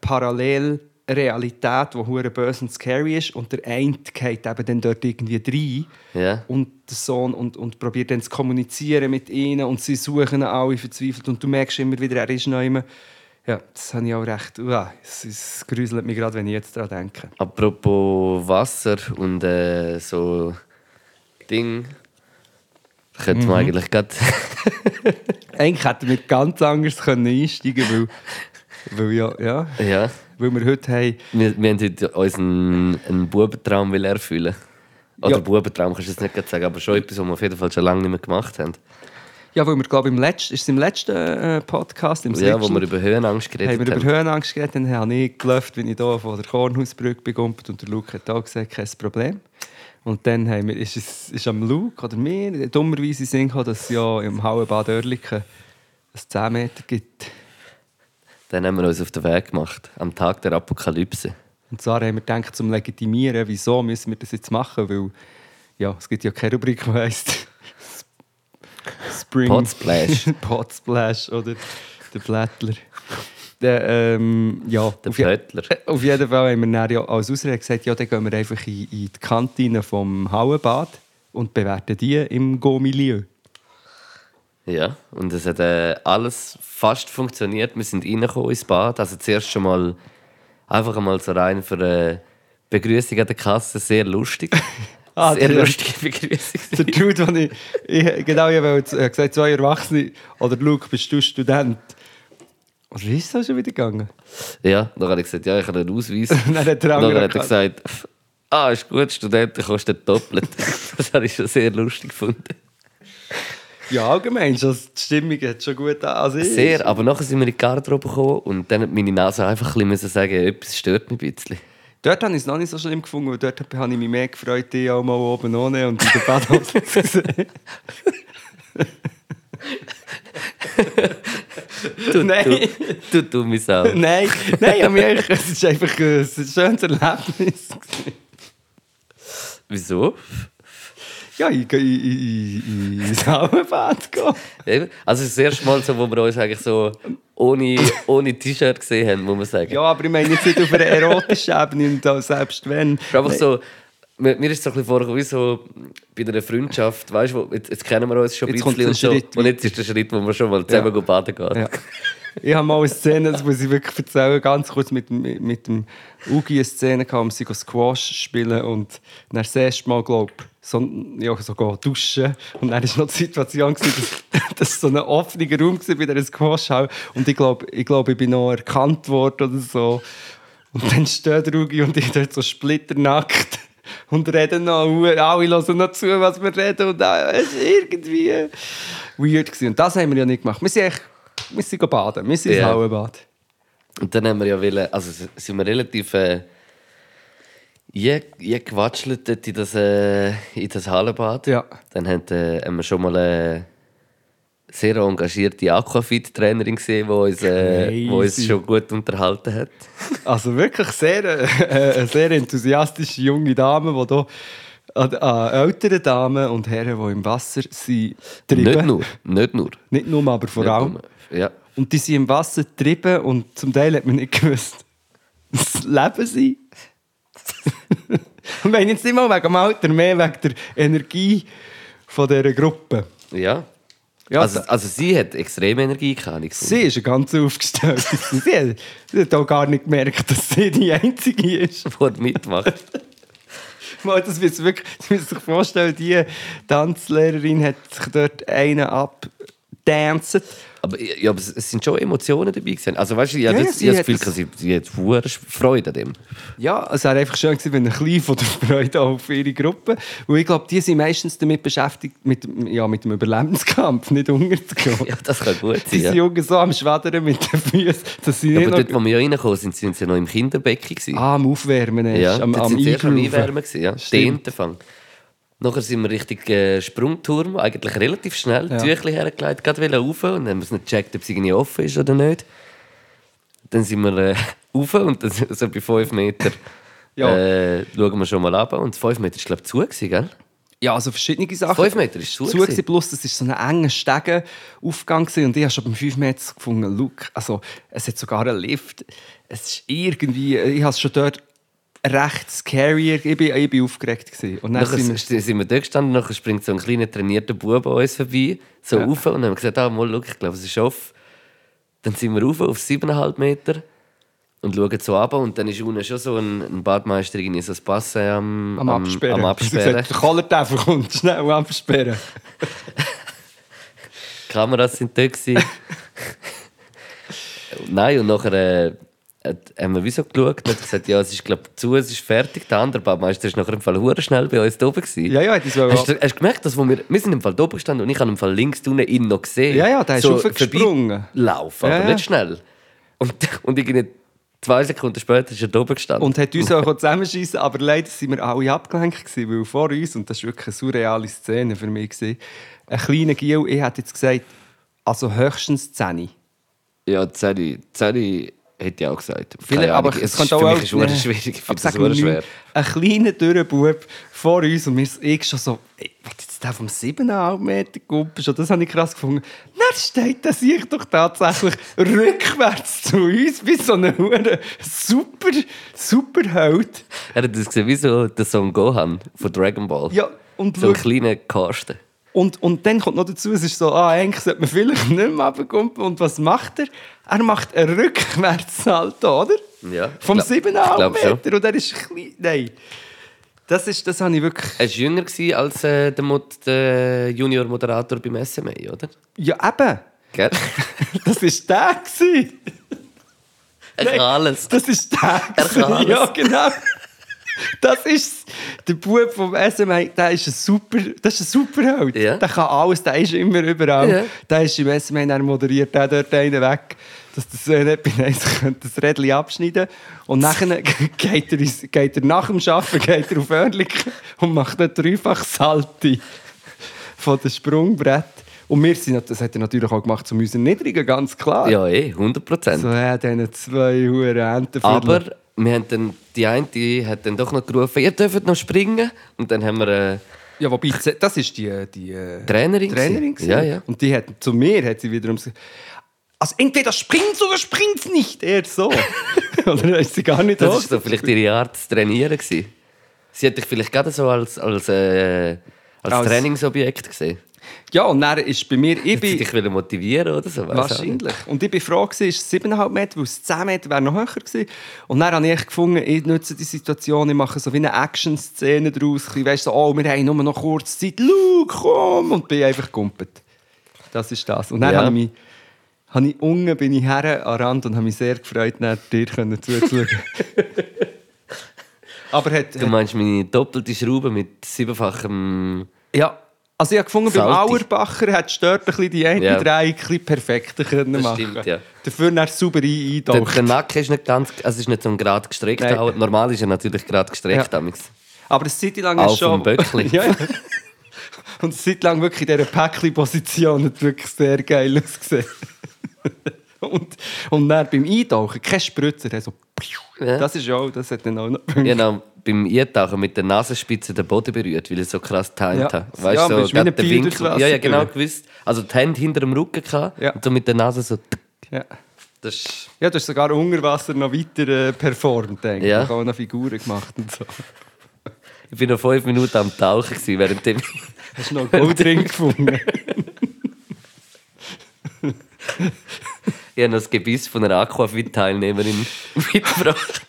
Speaker 4: Parallelrealität, die hure böse und scary ist und der eine geht eben dann dort irgendwie rein
Speaker 3: Ja.
Speaker 4: und der Sohn und, und probiert dann zu kommunizieren mit ihnen und sie suchen ihn alle verzweifelt und du merkst immer wieder, er ist noch immer... Ja, das habe ich auch recht. Uah, es, es gruselt mich gerade, wenn ich jetzt daran denke.
Speaker 3: Apropos Wasser und äh, so Ding. Könnte
Speaker 4: Mhm.
Speaker 3: man eigentlich gerade.
Speaker 4: Eigentlich hätten wir ganz anders können einsteigen können, weil, weil, ja, ja,
Speaker 3: ja.
Speaker 4: weil wir heute haben.
Speaker 3: Wir, wir haben heute unseren einen Bubentraum will erfüllen. Oder
Speaker 4: Ja.
Speaker 3: Bubentraum kannst du jetzt nicht gerade sagen, aber schon etwas, was wir auf jeden Fall schon lange nicht mehr gemacht haben.
Speaker 4: Ja, weil wir, glaube ich, im letzten, ist es im letzten äh, Podcast, im
Speaker 3: Ja, wo
Speaker 4: sechsten,
Speaker 3: wir über Höhenangst geredet
Speaker 4: haben wir über
Speaker 3: haben.
Speaker 4: Höhenangst geredet, dann habe ich geblufft, wenn ich hier von der Kornhausbrücke begumpelt und der Luke hat auch gesagt, kein Problem. Und dann haben wir, ist es ist am Luke oder mir dummerweise Sinn gekommen, dass es ja im Hallenbad Oerlikon ein 10 Meter gibt.
Speaker 3: Dann haben wir uns auf den Weg gemacht, am Tag der Apokalypse.
Speaker 4: Und zwar haben wir gedacht, zum Legitimieren, wieso müssen wir das jetzt machen, weil ja, es gibt ja keine Rubrik, die heisst Spring...
Speaker 3: Podsplash.
Speaker 4: Podsplash oder der Blättler. Der, ähm, ja,
Speaker 3: Der
Speaker 4: auf, je
Speaker 3: Pöttler.
Speaker 4: auf jeden Fall haben wir dann ja als Ausrede gesagt, ja, dann gehen wir einfach in, in die Kantine vom Hauenbad und bewerten die im Go-Milieu.
Speaker 3: Ja, und es hat äh, alles fast funktioniert. Wir sind reingekommen ins Bad. Also zuerst schon mal einfach einmal so rein für äh, Begrüßung an der Kasse. Sehr lustig.
Speaker 4: Ah,
Speaker 3: sehr
Speaker 4: die-
Speaker 3: lustige Begrüßung.
Speaker 4: Der Dude, den ich, ich genau ich wollte, er hat gesagt, zwei Erwachsene, oder Luke, bist du Student? Oder ist das schon wieder gegangen?
Speaker 3: Ja, dann habe ich gesagt, ja, ich habe einen Ausweis. Und
Speaker 4: Dann hat der
Speaker 3: dann
Speaker 4: andere
Speaker 3: hat er gesagt, ah, ist gut, Studenten kosten doppelt. das habe ich schon sehr lustig gefunden.
Speaker 4: Ja, allgemein, schon, die Stimmung hat schon gut an. Also ich-
Speaker 3: Sehr, aber nachher sind wir in die Garderobe gekommen und dann hat meine Nase einfach ein bisschen sagen, müssen, etwas stört mich ein bisschen.
Speaker 4: Dort habe ich es noch nicht so schlimm gefunden, weil dort habe ich mich mehr gefreut, dich auch mal oben ohne und in der Badhose zu sehen.
Speaker 3: Du,
Speaker 4: Nein.
Speaker 3: du, du dumme Sau.
Speaker 4: Nein, nein, aber ich, es ist einfach ein schönes Erlebnis.
Speaker 3: Wieso?
Speaker 4: Ja, ich gehe in- in- in in- ins Hallenbad. gehen.
Speaker 3: Eben. Also es ist das erste Mal, so, wo wir uns eigentlich so ohne, ohne T-Shirt gesehen haben, muss man sagen.
Speaker 4: Ja, aber ich meine jetzt nicht auf einer erotischen Ebene, und auch selbst wenn.
Speaker 3: Es ist einfach so, mir, mir ist es so ein bisschen vorgekommen, wie so bei einer Freundschaft, weißt du, wo- jetzt, jetzt kennen wir uns schon ein
Speaker 4: Jetzt kommt
Speaker 3: bisschen
Speaker 4: der
Speaker 3: und so.
Speaker 4: Schritt.
Speaker 3: Und jetzt ist der Schritt, wo wir schon mal zusammen
Speaker 4: Ja.
Speaker 3: baden gehen.
Speaker 4: Ja. Ich habe mal eine Szene, das muss ich wirklich erzählen, ganz kurz mit, dem- mit, mit dem Ugi eine Szene gehabt, um sie go Squash spielen und dann das erste Mal, glaube ich, so, ja, so go duschen und dann war noch die Situation, gewesen, dass, dass so ein offener Raum war bei dieser squash -Hall. und ich glaube, ich, glaub, ich bin noch erkannt worden oder so und dann steht der Ugi und ich dort so splitternackt und reden noch, hure- alle hören noch zu, was wir reden und äh, es ist irgendwie weird gewesen. und das haben wir ja nicht gemacht. Wir sind echt, wir sind go baden, wir sind ins
Speaker 3: Ja.
Speaker 4: Hallenbad.
Speaker 3: Und dann haben wir ja wollen, also s- sind wir relativ äh, je, je gewatschelt dort in das, äh, in das Hallenbad.
Speaker 4: Ja.
Speaker 3: Dann haben, äh, haben wir schon mal eine sehr engagierte Aquafit-Trainerin gesehen, die uns, äh, die uns
Speaker 4: Crazy.
Speaker 3: schon gut unterhalten hat.
Speaker 4: Also wirklich sehr, äh, eine sehr enthusiastische junge Dame, die hier an, an ältere Damen und Herren, die im Wasser sind, treiben.
Speaker 3: Nicht nur, nicht nur.
Speaker 4: Nicht nur, aber vor allem.
Speaker 3: Nicht nur. Ja.
Speaker 4: Und die sind im Wasser treiben und zum Teil hat man nicht gewusst, das Leben sie. und wenn jetzt nicht mal wegen dem Alter, mehr wegen der Energie von dieser Gruppe.
Speaker 3: ja.
Speaker 4: Ja,
Speaker 3: also,
Speaker 4: da-
Speaker 3: also sie hat extreme Energie, kann ich
Speaker 4: Sie ist eine ganz aufgestellt. sie, hat, sie hat auch gar nicht gemerkt, dass sie die Einzige ist.
Speaker 3: sofort mitmachen.
Speaker 4: Mal, das wird's wirklich, das müsst ihr sich vorstellen, die Tanzlehrerin hat sich dort einen abdancet.
Speaker 3: Aber, ja, aber es- es sind schon Emotionen dabei gewesen. Also weißt du, ich
Speaker 4: Ja,
Speaker 3: habe
Speaker 4: ja,
Speaker 3: das,
Speaker 4: sie
Speaker 3: ich habe
Speaker 4: hat
Speaker 3: das Gefühl,
Speaker 4: das-
Speaker 3: sie, sie hat verdammt Freude an dem.
Speaker 4: Ja, es wäre einfach schön gewesen, wenn ein bisschen von der Freude auf ihre Gruppe. Weil ich glaube, die sind meistens damit beschäftigt, mit, dem- ja, mit dem Überlebenskampf, nicht unterzugehen.
Speaker 3: Ja, das kann gut
Speaker 4: Die
Speaker 3: sein. Ja.
Speaker 4: Jungen so am Schwadern mit den Füßen, dass sie
Speaker 3: Ja,
Speaker 4: nicht
Speaker 3: aber dort,
Speaker 4: noch
Speaker 3: wo wir ja reingekommen sind, sind sie noch im Kinderbecken. gewesen.
Speaker 4: ah, am Aufwärmen ist,
Speaker 3: ja,
Speaker 4: am,
Speaker 3: dort
Speaker 4: am
Speaker 3: sind sie erst am
Speaker 4: Eingrooven.
Speaker 3: Einwärmen. gewesen, Ja.
Speaker 4: Stimmt.
Speaker 3: Den Anfang. Nachher sind wir richtig äh, Sprungturm, eigentlich relativ schnell, ja. Tüchli hergelegt, gerade wollen rauf und dann haben wir es nicht gecheckt, ob es irgendwie offen ist oder nicht. Dann sind wir äh, rauf und dann sind so bei 5 Metern
Speaker 4: Ja.
Speaker 3: äh, schauen wir schon mal ab. Und 5 Meter war glaube ich zu, gewesen, gell?
Speaker 4: Ja, also verschiedene Sachen.
Speaker 3: 5 Meter ist zu.
Speaker 4: zu
Speaker 3: gewesen.
Speaker 4: gewesen. Plus, das war so ein enger Stegenaufgang gewesen. und ich habe schon beim 5 Meter gefunden, Luke, also es hat sogar einen Lift. Es ist irgendwie, ich habe es schon dort recht scary, ich bin, ich bin aufgeregt gewesen. Und dann
Speaker 3: Nachher
Speaker 4: sind wir,
Speaker 3: sind wir, sind wir dort gestanden, nachher springt so ein kleiner trainierter Bub an uns vorbei, so
Speaker 4: Ja.
Speaker 3: rauf und haben gesagt, ah, mal, schau, ich glaube, es ist offen. Dann sind wir rauf auf 7,5 Meter und schauen so runter und dann ist unten schon so ein, ein Badmeister irgendwie so das Passen am,
Speaker 4: am Absperren.
Speaker 3: Am
Speaker 4: Sie
Speaker 3: Absperren.
Speaker 4: gesagt, der Kollertäfer kommt, schnell absperren.
Speaker 3: Die Kameras sind dort. gewesen. Nein, und nachher äh, hat- haben wir wieso geschaut und hat gesagt, ja, es ist glaube ich zu, es ist fertig. Der andere Badmeister ist nachher im Fall hure schnell bei uns da oben. gewesen.
Speaker 4: Ja, ja, hat uns wollen-
Speaker 3: Hast du hast du gemerkt, dass wo wir, wir sind im Fall da oben gestanden und ich habe im Fall links unten ihn noch gesehen.
Speaker 4: Ja, ja, der ist raufgesprungen.
Speaker 3: Laufen,
Speaker 4: Ja,
Speaker 3: aber
Speaker 4: ja.
Speaker 3: nicht schnell. Und, und irgendwie zwei Sekunden später ist er da oben gestanden.
Speaker 4: Und hat uns auch zusammenschießen, aber leider sind wir alle abgelenkt gewesen, weil vor uns, und das war wirklich eine surreale Szene für mich, gewesen, ein kleiner Giel, ich hätte jetzt gesagt, also höchstens 10.
Speaker 3: ja, Zeri, Zeri hätte ich auch gesagt.
Speaker 4: Vielleicht,
Speaker 3: Keine
Speaker 4: aber
Speaker 3: Ahnung,
Speaker 4: es
Speaker 3: ist
Speaker 4: könnte
Speaker 3: für
Speaker 4: auch
Speaker 3: mich ist hure
Speaker 4: Nee.
Speaker 3: schwierig. Ich
Speaker 4: Aber
Speaker 3: finde das
Speaker 4: sagen wir
Speaker 3: hure schwer.
Speaker 4: neun. Ein kleiner dürrer Bub vor uns und wir sind eh schon so, ey, was jetzt der vom 7,5 Meter Gumpen schon, das habe ich krass gefunden. Dann steht das ich doch tatsächlich rückwärts zu uns, wie so ein hure super, super Held.
Speaker 3: Er hat das gesehen wie so der Son Gohan von Dragon Ball.
Speaker 4: Ja, und
Speaker 3: so ein
Speaker 4: schau-
Speaker 3: kleiner Kasten.
Speaker 4: Und, und dann kommt noch dazu, es ist so, ah, eigentlich sollte man vielleicht nicht mehr runterkumpeln. Und was macht er? Er macht einen Rückwärtssalto, oder?
Speaker 3: Ja, ich
Speaker 4: Vom
Speaker 3: glaub-
Speaker 4: 7,5
Speaker 3: glaub schon.
Speaker 4: Meter. Und er ist klein. Nein. Das, ist, das habe ich wirklich...
Speaker 3: Er war jünger gewesen als äh, der, Mod, der Junior-Moderator beim SMA, oder?
Speaker 4: Ja, eben.
Speaker 3: Gell?
Speaker 4: Das war der. Gewesen.
Speaker 3: Er kann alles.
Speaker 4: Das ist der.
Speaker 3: Er
Speaker 4: gewesen.
Speaker 3: kann alles.
Speaker 4: Ja, genau. Das ist der Bub vom SMA, der ist ein super, das ist ein Superheld.
Speaker 3: Ja.
Speaker 4: Der kann alles, der ist immer überall.
Speaker 3: Ja.
Speaker 4: Der ist im SMA, dann moderiert er dort einen weg, dass das so nicht bin, Also, könnte das Rädchen abschneiden. Und nachher geht er, ins- geht er nach dem Arbeiten geht er auf Örlikon und macht einen dreifach Salti von dem Sprungbrett. Und wir sind, das hat er natürlich auch gemacht, zum uns erniedrigen, ganz klar.
Speaker 3: Ja, eh, 100 Prozent.
Speaker 4: So, ja, diesen zwei Huren Entenviertel.
Speaker 3: Aber wir haben dann, die eine die hat dann doch noch gerufen, ihr dürft noch springen. Und dann haben wir äh,
Speaker 4: Ja, wobei, ze- das ist die, die äh,
Speaker 3: Trainerin
Speaker 4: Trainerin
Speaker 3: gewesen. Ja, ja.
Speaker 4: Und die hat zu mir hat sie wiederum gesagt, also entweder springt's oder springt's nicht. Eher so. oder ist sie gar nicht
Speaker 3: Das
Speaker 4: da
Speaker 3: war so vielleicht ihre Art zu trainieren. Gewesen. Sie hat dich vielleicht gerade so als, als, äh, als,
Speaker 4: Als-
Speaker 3: Trainingsobjekt gesehen.
Speaker 4: Ja, und dann ist bei mir, ich
Speaker 3: Hat sie
Speaker 4: bin...
Speaker 3: dich wollen motivieren oder so? weiss auch nicht.
Speaker 4: Wahrscheinlich. Und ich bin froh, gewesen, ist es 7,5 Meter, weil es 10 Meter wäre noch höher gewesen. Und dann habe ich echt gefunden, ich nutze die Situation, ich mache so wie eine Action-Szene draus. Ich weiss so, oh, wir haben nur noch kurz Zeit, schau, komm! Und bin einfach gegumpelt. Das ist das. Und dann
Speaker 3: Ja.
Speaker 4: habe ich mich, habe ich unten, bin ich her an den Rand und habe mich sehr gefreut, dann dir können zuzuschauen. Aber hat,
Speaker 3: Du meinst meine doppelte Schraube mit siebenfachem.
Speaker 4: ja, also ich habe gefunden, beim
Speaker 3: Salty.
Speaker 4: Auerbacher hat Stört ein bisschen die eine
Speaker 3: Ja.
Speaker 4: Drei ein bisschen perfekter können
Speaker 3: Das
Speaker 4: machen.
Speaker 3: stimmt, ja.
Speaker 4: Dafür nach sauber ein-
Speaker 3: Der,
Speaker 4: eintaucht.
Speaker 3: der Nacken ist nicht ganz. Also ist nicht so gerade gestreckt.
Speaker 4: Nein.
Speaker 3: Auch. Normal ist er natürlich gerade gestreckt.
Speaker 4: Ja.
Speaker 3: Ja.
Speaker 4: Aber eine Zeit lang
Speaker 3: Auf
Speaker 4: ist
Speaker 3: dem
Speaker 4: schon.
Speaker 3: Böckli.
Speaker 4: ja, ja. Und eine Zeit lang wirklich in dieser Päckli-Position hat wirklich sehr geil ausgesehen. und, und dann beim Eintauchen, kein Spritzer, der so.
Speaker 3: Ja.
Speaker 4: Das ist auch, das hat dann auch noch.
Speaker 3: Ich habe auch beim Eintauchen mit der Nasenspitze den Boden berührt, weil ich so krass getimt
Speaker 4: Ja.
Speaker 3: habe.
Speaker 4: Ja, aber
Speaker 3: so,
Speaker 4: ist wie ein
Speaker 3: gerade der
Speaker 4: Pfeil durchs Wasser
Speaker 3: Ja, ja, genau
Speaker 4: durch.
Speaker 3: gewusst. Also die Hände hinter dem Rücken gehabt,
Speaker 4: Ja.
Speaker 3: und so mit der Nase so. tsk.
Speaker 4: Ja.
Speaker 3: Das ist
Speaker 4: ja, du hast sogar unter Wasser noch weiter äh, performt, denke ich.
Speaker 3: Ja.
Speaker 4: Ich habe auch noch Figuren gemacht und so.
Speaker 3: Ich bin noch fünf Minuten am Tauchen gewesen, während dem.
Speaker 4: Hast du noch einen Goldring gefunden?
Speaker 3: ich habe noch das Gebiss von einer Aquafit-Teilnehmerin mitgebracht.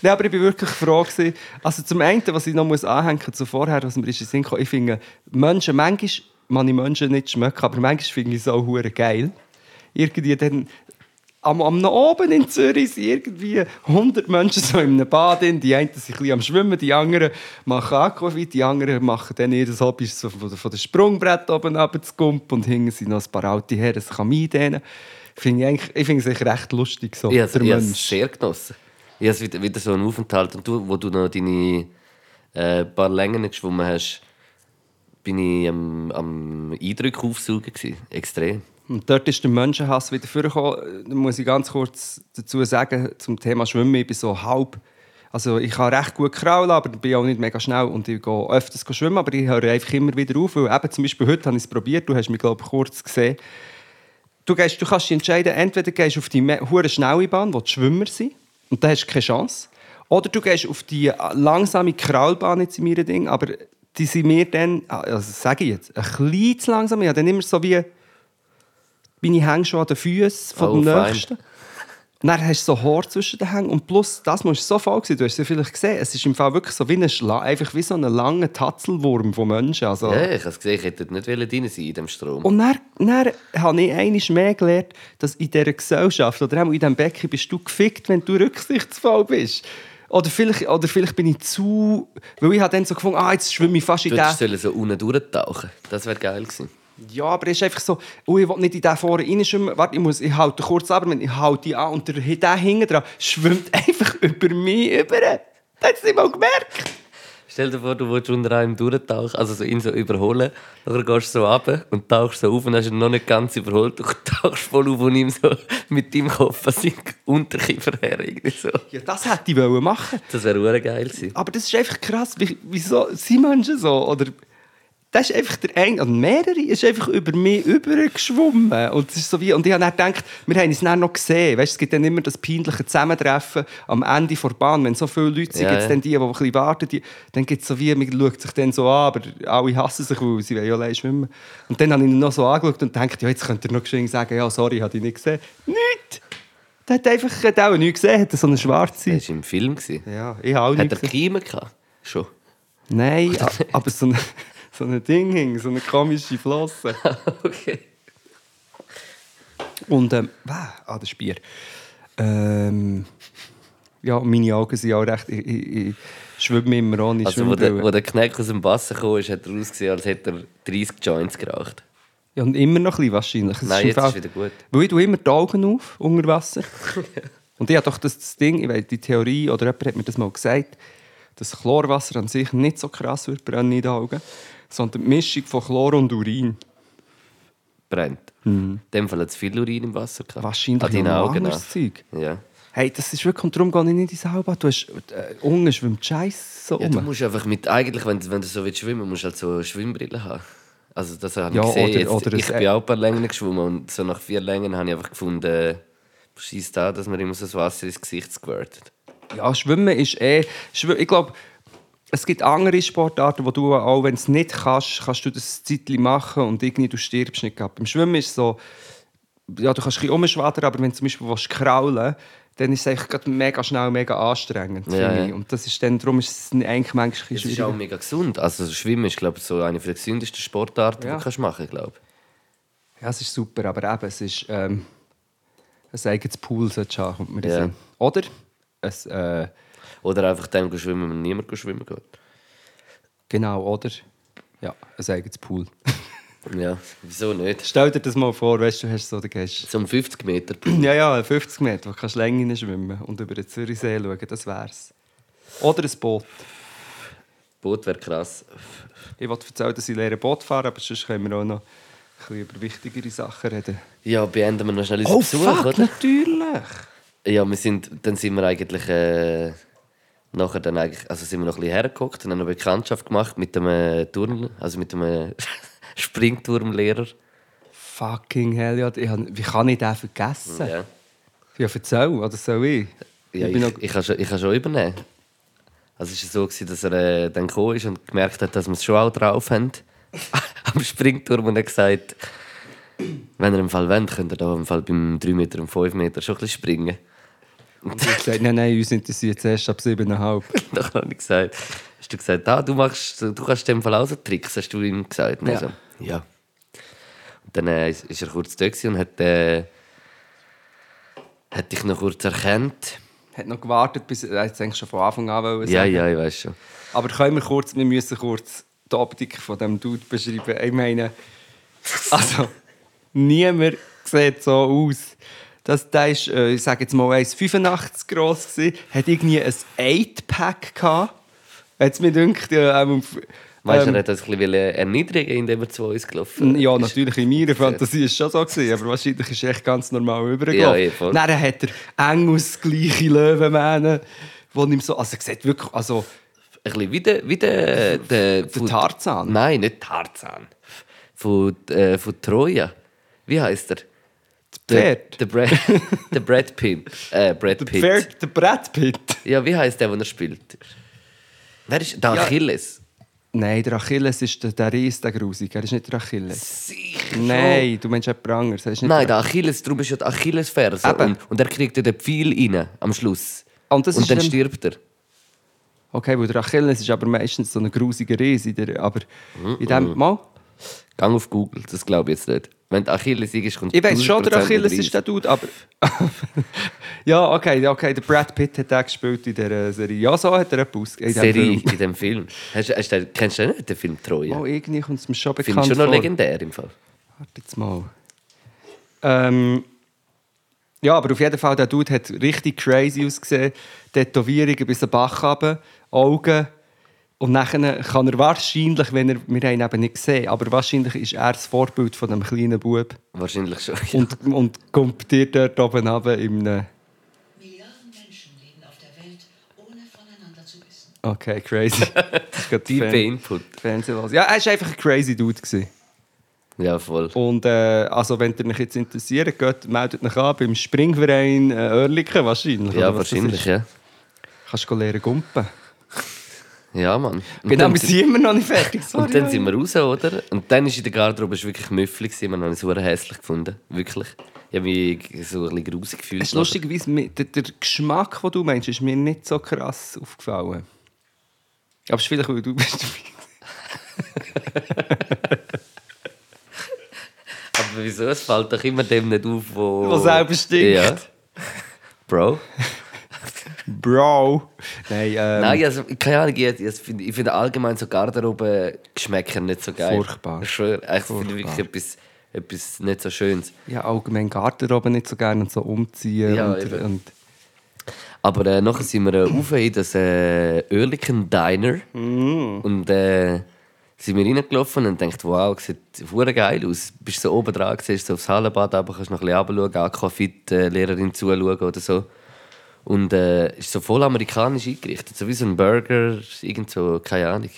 Speaker 4: Nein, aber ich bin wirklich froh. Gewesen. Also zum einen, was ich noch muss anhängen zu vorher, was mir ist in den Sinn kam, ich finde, Menschen, manchmal kann ich Menschen nicht schmecken, aber manchmal finde ich es auch hure geil. Irgendwie dann am, am nach oben in Zürich sind irgendwie 100 Menschen so in einem Bad. drin. Die einen sind ein bisschen am Schwimmen, die anderen machen Aquavit, die anderen machen dann ihr Hobby, so von, von dem Sprungbrett oben runter zu kumpen und hinten sind noch ein paar alte Herren, das kann man eindehnen. Finde ich, eigentlich- ich finde es eigentlich recht lustig, so
Speaker 3: Ich habe es-
Speaker 4: der
Speaker 3: ich habe
Speaker 4: Mensch.
Speaker 3: es sehr genossen. Ich habe es wieder, wieder so einen Aufenthalt. Und du, wo du noch deine äh, paar Längen geschwommen hast, bin ich am, am Eindruck aufsaugen. Gewesen. Extrem.
Speaker 4: Und dort ist der Menschenhass wieder vorgekommen. Da muss ich ganz kurz dazu sagen, zum Thema Schwimmen, ich bin so halb... Also ich kann recht gut kraulen, aber bin auch nicht mega schnell und ich gehe öfters schwimmen, aber ich höre einfach immer wieder auf, weil eben zum Beispiel heute habe ich es probiert, du hast mich glaube ich kurz gesehen. Du, gehst, du kannst dich entscheiden, entweder gehst du auf die me- hure schnelle Bahn, wo die Schwimmer sind, und da hast du keine Chance, oder du gehst auf die äh, langsame Kraulbahn jetzt in meinem Ding, aber die sind mir dann, also das sage ich jetzt, ein bisschen zu langsam, ich habe dann immer so wie meine Hänge schon an den Füßen
Speaker 3: Oh,
Speaker 4: von dem
Speaker 3: fein.
Speaker 4: Nächsten. Und Dann hast du so Haar zwischen den Hängen und plus, das muss so voll sein, du hast es ja vielleicht gesehen, es ist im Fall wirklich so wie, ein Schla einfach wie so ein langer Tatzelwurm von Menschen. Also,
Speaker 3: Ja, ich habe es gesehen, ich hätte nicht drin sein in diesem Strom.
Speaker 4: und dann, dann habe ich einiges mehr gelernt, dass in dieser Gesellschaft oder auch in diesem Becken bist du gefickt, wenn du rücksichtsvoll bist. Oder vielleicht, oder vielleicht bin ich zu... Weil ich habe dann so gefunden, ah, jetzt schwimme ich fast in
Speaker 3: Du
Speaker 4: den...
Speaker 3: hättest sollen so unten durchtauchen Das wäre geil gewesen.
Speaker 4: Ja, aber es ist einfach so, oh, ich will nicht in den vorne reinschwimmen. Warte, ich, muss, ich halte kurz ab, ich halte die an und der, der hinten dran schwimmt einfach über mich über. Das hat es nicht mal gemerkt.
Speaker 3: Stell dir vor, du willst unter einem durchtauchen, also so ihn so überholen. Dann gehst du so runter und tauchst so auf und hast ihn noch nicht ganz überholt. Du tauchst voll auf und ihm so mit deinem Kopf an seinen Unterkiefer her. Irgendwie so.
Speaker 4: Ja, das hätte ich wollen machen
Speaker 3: Das wäre hure geil gewesen.
Speaker 4: Aber das ist einfach krass. Wie, wieso sind Menschen so? Oder das ist einfach der eine, also mehrere ist einfach über mich übergeschwommen. Und, es ist so wie, und ich habe dann gedacht, wir haben es dann noch gesehen. Weißt, es gibt dann immer das peinliche Zusammentreffen am Ende der Bahn. Wenn so viele Leute sind,
Speaker 3: Ja,
Speaker 4: gibt
Speaker 3: ja.
Speaker 4: es dann die, die ein bisschen warten. Die, dann gibt es so wie, man schaut sich dann so an, aber alle hassen sich, weil sie wollen ja allein schwimmen. Und dann habe ich ihn noch so angeschaut und gedacht, ja, jetzt könnt ihr noch geschwind sagen, ja, sorry, ich habe dich nicht gesehen. Nicht! Der hat einfach hat auch nichts gesehen, hat so eine schwarze.
Speaker 3: Das war im Film. Gewesen.
Speaker 4: Ja, ich habe auch
Speaker 3: Hat
Speaker 4: nichts
Speaker 3: er Kiemen gehabt? Schon.
Speaker 4: Nein, a- aber so ein so eine Ding hing, so eine komische Flosse.
Speaker 3: okay.
Speaker 4: Und ähm, wow, ah, das Bier. Ähm, ja, meine Augen sind auch recht. Ich, ich, ich schwimme immer ohne ich
Speaker 3: Also, wo der, wo
Speaker 4: Schwimmbrille.
Speaker 3: der Kneck aus dem Wasser kam, ist, hat er ausgesehen, als hätte er 30 Joints geraucht.
Speaker 4: Ja, und immer noch ein bisschen wahrscheinlich. Es
Speaker 3: Nein,
Speaker 4: im
Speaker 3: jetzt
Speaker 4: Fall-
Speaker 3: ist wieder gut.
Speaker 4: Weil ich tue immer die Augen auf unter Wasser. und ich habe doch das, das Ding, ich weiß, die Theorie, oder jemand hat mir das mal gesagt, dass Chlorwasser an sich nicht so krass wird brennen in den Augen, sondern die Mischung von Chlor und Urin.
Speaker 3: Brennt. In dem Fall hat es viel Urin im Wasser gehabt.
Speaker 4: Mhm. Wahrscheinlich
Speaker 3: An deinen
Speaker 4: noch
Speaker 3: Augen.
Speaker 4: anderes
Speaker 3: auch.
Speaker 4: Zeug.
Speaker 3: Ja.
Speaker 4: Hey, das ist wirklich, und darum gehe ich nicht ins Halbbad. Du hast, äh, unten schwimmt Scheiße so
Speaker 3: Ja, du
Speaker 4: rum.
Speaker 3: musst einfach mit, eigentlich, wenn, du- wenn du so willst schwimmen, musst du halt so Schwimmbrillen haben. Also das habe ich
Speaker 4: Ja,
Speaker 3: gesehen.
Speaker 4: oder-
Speaker 3: jetzt,
Speaker 4: oder
Speaker 3: ich
Speaker 4: ein-
Speaker 3: bin auch ein paar Längen geschwommen und so nach vier Längen habe ich einfach gefunden, scheiß da, dass man immer so das Wasser ins Gesicht squirtet.
Speaker 4: Ja, Schwimmen ist eh. Schw ich glaube, es gibt andere Sportarten, wo du auch, wenn du es nicht kannst, kannst du das ein Zeitchen machen und irgendwie du stirbst nicht ab. Beim Schwimmen ist es so, ja, du kannst ein bisschen rumschwadern, aber wenn du zum Beispiel willst, kraulen dann ist es eigentlich gerade mega schnell mega anstrengend.
Speaker 3: Ja,
Speaker 4: finde ich.
Speaker 3: ja.
Speaker 4: Und das ist dann, darum ist es eigentlich manchmal ein bisschen
Speaker 3: Es ist auch
Speaker 4: schwierig.
Speaker 3: mega gesund. Also Schwimmen ist, glaube ich, so eine der gesündesten Sportarten,
Speaker 4: Ja.
Speaker 3: die du kannst machen kannst, glaube ich.
Speaker 4: Ja, es ist super, aber eben, es ist ähm, ein eigenes Pool, sollte haben, kommt mir in
Speaker 3: Ja.
Speaker 4: den Sinn. Oder? Es, äh,
Speaker 3: Oder einfach dem gehen schwimmen, wenn niemand geht schwimmen geht.
Speaker 4: genau, oder? Ja, ein eigenes Pool.
Speaker 3: Ja, wieso nicht?
Speaker 4: Stell dir das mal vor, weißt du, du hast so, du gehst
Speaker 3: Zum 50 Meter.
Speaker 4: Ja, ja, 50 Meter, wo du kannst Länge rein schwimmen und über den Zürichsee schauen, das wär's. Oder ein Boot.
Speaker 3: Boot wäre krass.
Speaker 4: Ich wollte erzählen, dass ich lehre Boot fahren, aber sonst können wir auch noch ein bisschen über wichtigere Sachen reden.
Speaker 3: Ja, beenden wir noch schnell
Speaker 4: Oh,
Speaker 3: unseren Besuch, oder?
Speaker 4: natürlich!
Speaker 3: Ja, wir sind, dann sind wir eigentlich äh, nachher dann eigentlich, also sind wir noch ein bisschen hergeguckt und haben eine Bekanntschaft gemacht mit dem äh, Turn, also mit dem äh, Springturmlehrer.
Speaker 4: Fucking hell, ja, ich hab, wie kann ich den vergessen? Ja,
Speaker 3: Ja,
Speaker 4: erzähl, oder soll ich?
Speaker 3: ja
Speaker 4: ich
Speaker 3: ich,
Speaker 4: bin
Speaker 3: ich, kann schon, ich kann schon übernehmen. Also es war so, gewesen, dass er äh, dann gekommen ist und gemerkt hat, dass wir es schon auch drauf haben. Am Springturm und hat gesagt, wenn ihr im Fall wollt, könnt ihr da im Fall beim 3 Meter und 5 Meter schon ein bisschen springen.
Speaker 4: noch, und ich hab gesagt, nein, nein, uns interessiert es erst ab 7,5.
Speaker 3: Dann habe ich gesagt, hast du gesagt, ah, du, machst, du kannst in dem Fall auch so Tricks, hast du ihm gesagt. Und
Speaker 4: Ja.
Speaker 3: er so, ja. Und dann äh, ist, ist er kurz da gewesen und hat, äh, hat dich noch kurz erkannt.
Speaker 4: Hat noch gewartet, bis er hat eigentlich schon von Anfang an wollen
Speaker 3: Ja,
Speaker 4: sagen.
Speaker 3: ja, ich weiß schon.
Speaker 4: Aber können wir kurz, wir müssen kurz die Optik von dem Dude beschreiben. Ich meine, also, niemand sieht so aus. Das, der ist, äh, ich sage jetzt mal, 1,85 groß gewesen, hat irgendwie ein 8-Pack gehabt. Jetzt mir dünkt, ja, ähm,
Speaker 3: Weißt du,
Speaker 4: ähm,
Speaker 3: er hat uns ein bisschen wollen erniedrigen, indem er zu uns gelaufen
Speaker 4: ja,
Speaker 3: ist.
Speaker 4: natürlich, in meiner Fantasie war es schon so, gewesen, aber wahrscheinlich ist er echt ganz normal
Speaker 3: Ja,
Speaker 4: übergegangen.
Speaker 3: eh, voll.
Speaker 4: Dann hat er engelsgleiche Löwenmähne, die ihm so, also er sieht wirklich, also,
Speaker 3: Ein bisschen wie der. Wie der, der, von-
Speaker 4: Tarzan?
Speaker 3: Nein, nicht Tarzan. Von, äh, von Troja. Wie heißt er?
Speaker 4: Pferd.
Speaker 3: Der, der, Brad, der Brad Pitt. Äh, Brad
Speaker 4: der
Speaker 3: Pitt.
Speaker 4: Pferd, der Brad Pitt.
Speaker 3: Ja, wie heißt der, den er spielt? Wer ist der Achilles?
Speaker 4: Nein, der Achilles ist der, der Reis, der Grusig. Er ist nicht der Achilles.
Speaker 3: Sicher.
Speaker 4: Nein, du meinst jemand anderes. Er ist nicht
Speaker 3: Nein, der Achilles, darum ist ja der Achillesferse.
Speaker 4: Eben.
Speaker 3: Und, und er kriegt ja den Pfeil rein am Schluss.
Speaker 4: Und das ist
Speaker 3: dann
Speaker 4: dann-
Speaker 3: stirbt er.
Speaker 4: Okay, weil der Achilles ist aber meistens so ein grusiger Reis. in der- Aber in dem Mal...
Speaker 3: Gang auf Google, das glaube ich jetzt nicht. Wenn der Achilles sieg ist, kommt
Speaker 4: Ich weiß schon, der
Speaker 3: 100%
Speaker 4: Achilles
Speaker 3: der
Speaker 4: ist der Dude, aber... ja, okay, ja, okay, der Brad Pitt hat den gespielt in dieser Serie. Ja, so hat er etwas ausgegeben.
Speaker 3: Reis. Serie in dem Film. Hast, hast du, kennst du nicht den Film Troja?
Speaker 4: Mal irgendwie kommt es mir schon
Speaker 3: Finde
Speaker 4: bekannt
Speaker 3: ich schon noch
Speaker 4: vor.
Speaker 3: legendär im Fall.
Speaker 4: Warte jetzt mal. Ähm, ja, aber auf jeden Fall, der Dude hat richtig crazy ausgesehen. Tätowierungen bis zum Bach runter, Augen. Und nachher kann er wahrscheinlich, wenn er, wir haben ihn eben nicht gesehen, aber wahrscheinlich ist er das Vorbild von dem kleinen Bub.
Speaker 3: Wahrscheinlich schon.
Speaker 4: Und, und kommt dir dort oben runter in einem...
Speaker 5: Milliarden Menschen leben auf der Welt, ohne voneinander zu wissen.
Speaker 4: Okay, crazy. Das ist gerade
Speaker 3: Tiefe
Speaker 4: Fan-
Speaker 3: Input.
Speaker 4: Fernsehen los. Ja, er war einfach ein crazy Dude. Gewesen.
Speaker 3: Ja, voll.
Speaker 4: Und äh, also, wenn ihr euch jetzt interessiert, geht, meldet euch an beim Springverein äh, Oerlikon wahrscheinlich.
Speaker 3: Ja,
Speaker 4: oder was das
Speaker 3: wahrscheinlich,
Speaker 4: ist.
Speaker 3: ja.
Speaker 4: Kannst du lernen gumpen.
Speaker 3: Ja, Mann. Und
Speaker 4: Genau,
Speaker 3: dann-
Speaker 4: wir sind immer noch nicht fertig. Sorry,
Speaker 3: Und dann sind wir raus, oder? Und dann war in der Garderobe ist wirklich Müffel. gewesen. Wir haben es super hässlich gefunden. Wirklich. Ich habe mich so ein bisschen grusig gefühlt.
Speaker 4: es ist lustigerweise, mir- der, der Geschmack, den du meinst, ist mir nicht so krass aufgefallen. Aber es ist vielleicht, weil du bist.
Speaker 3: Aber wieso? Es fällt doch immer dem nicht auf, wo...
Speaker 4: Wo selber stinkt.
Speaker 3: Ja. Bro.
Speaker 4: Bro! Nein, ähm,
Speaker 3: Nein, also, keine Ahnung. Ich, ich finde ich finde allgemein so Garderobe-Geschmäcker nicht so geil.
Speaker 4: Furchtbar.
Speaker 3: Ich schwöre. Ich finde
Speaker 4: Furchtbar.
Speaker 3: wirklich etwas, etwas nicht so Schönes.
Speaker 4: ich habe allgemein Garderobe nicht so gerne und so umziehen.
Speaker 3: Ja,
Speaker 4: und,
Speaker 3: eben.
Speaker 4: und,
Speaker 3: Aber äh, nachher sind wir äh, rauf in das äh, Oerlikon Diner.
Speaker 4: Mm.
Speaker 3: Und äh, sind wir reingelaufen und denkt, wow, sieht hure geil aus. Bist so oben dran, siehst so aufs Hallenbad, aber kannst noch ein bisschen runter schauen, Aquafit-Lehrerin zuschauen oder so. Und äh, ist so voll amerikanisch eingerichtet, so wie so ein Burger, irgend so, keine Ahnung.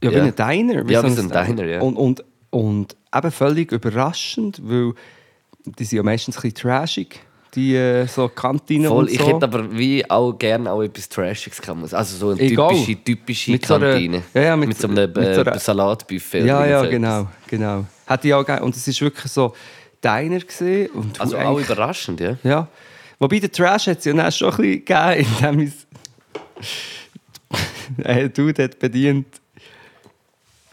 Speaker 4: Ja, wie ein Diner.
Speaker 3: Ja, wie so ein Diner, ja.
Speaker 4: Und, und, und eben völlig überraschend, weil die sind ja meistens ein bisschen trashig, die äh, so Kantinen
Speaker 3: Voll,
Speaker 4: und so.
Speaker 3: ich hätte aber wie auch gerne auch etwas Trashiges gehabt. Also so eine
Speaker 4: Egal.
Speaker 3: typische, typische
Speaker 4: Mit so einer-
Speaker 3: Kantine.
Speaker 4: ja, ja, mit-
Speaker 3: mit, so einem
Speaker 4: mit so einer-
Speaker 3: äh, Salatbuffet.
Speaker 4: Ja,
Speaker 3: oder
Speaker 4: ja,
Speaker 3: so etwas.
Speaker 4: genau, genau. Hätte ich auch gerne. Und es ist wirklich so Diner gesehen und
Speaker 3: Also auch
Speaker 4: eigentlich-
Speaker 3: überraschend, ja.
Speaker 4: Ja. Wobei der Trash hat es ja dann schon ein bisschen gegeben, indem es. Hey, du, der hat bedient.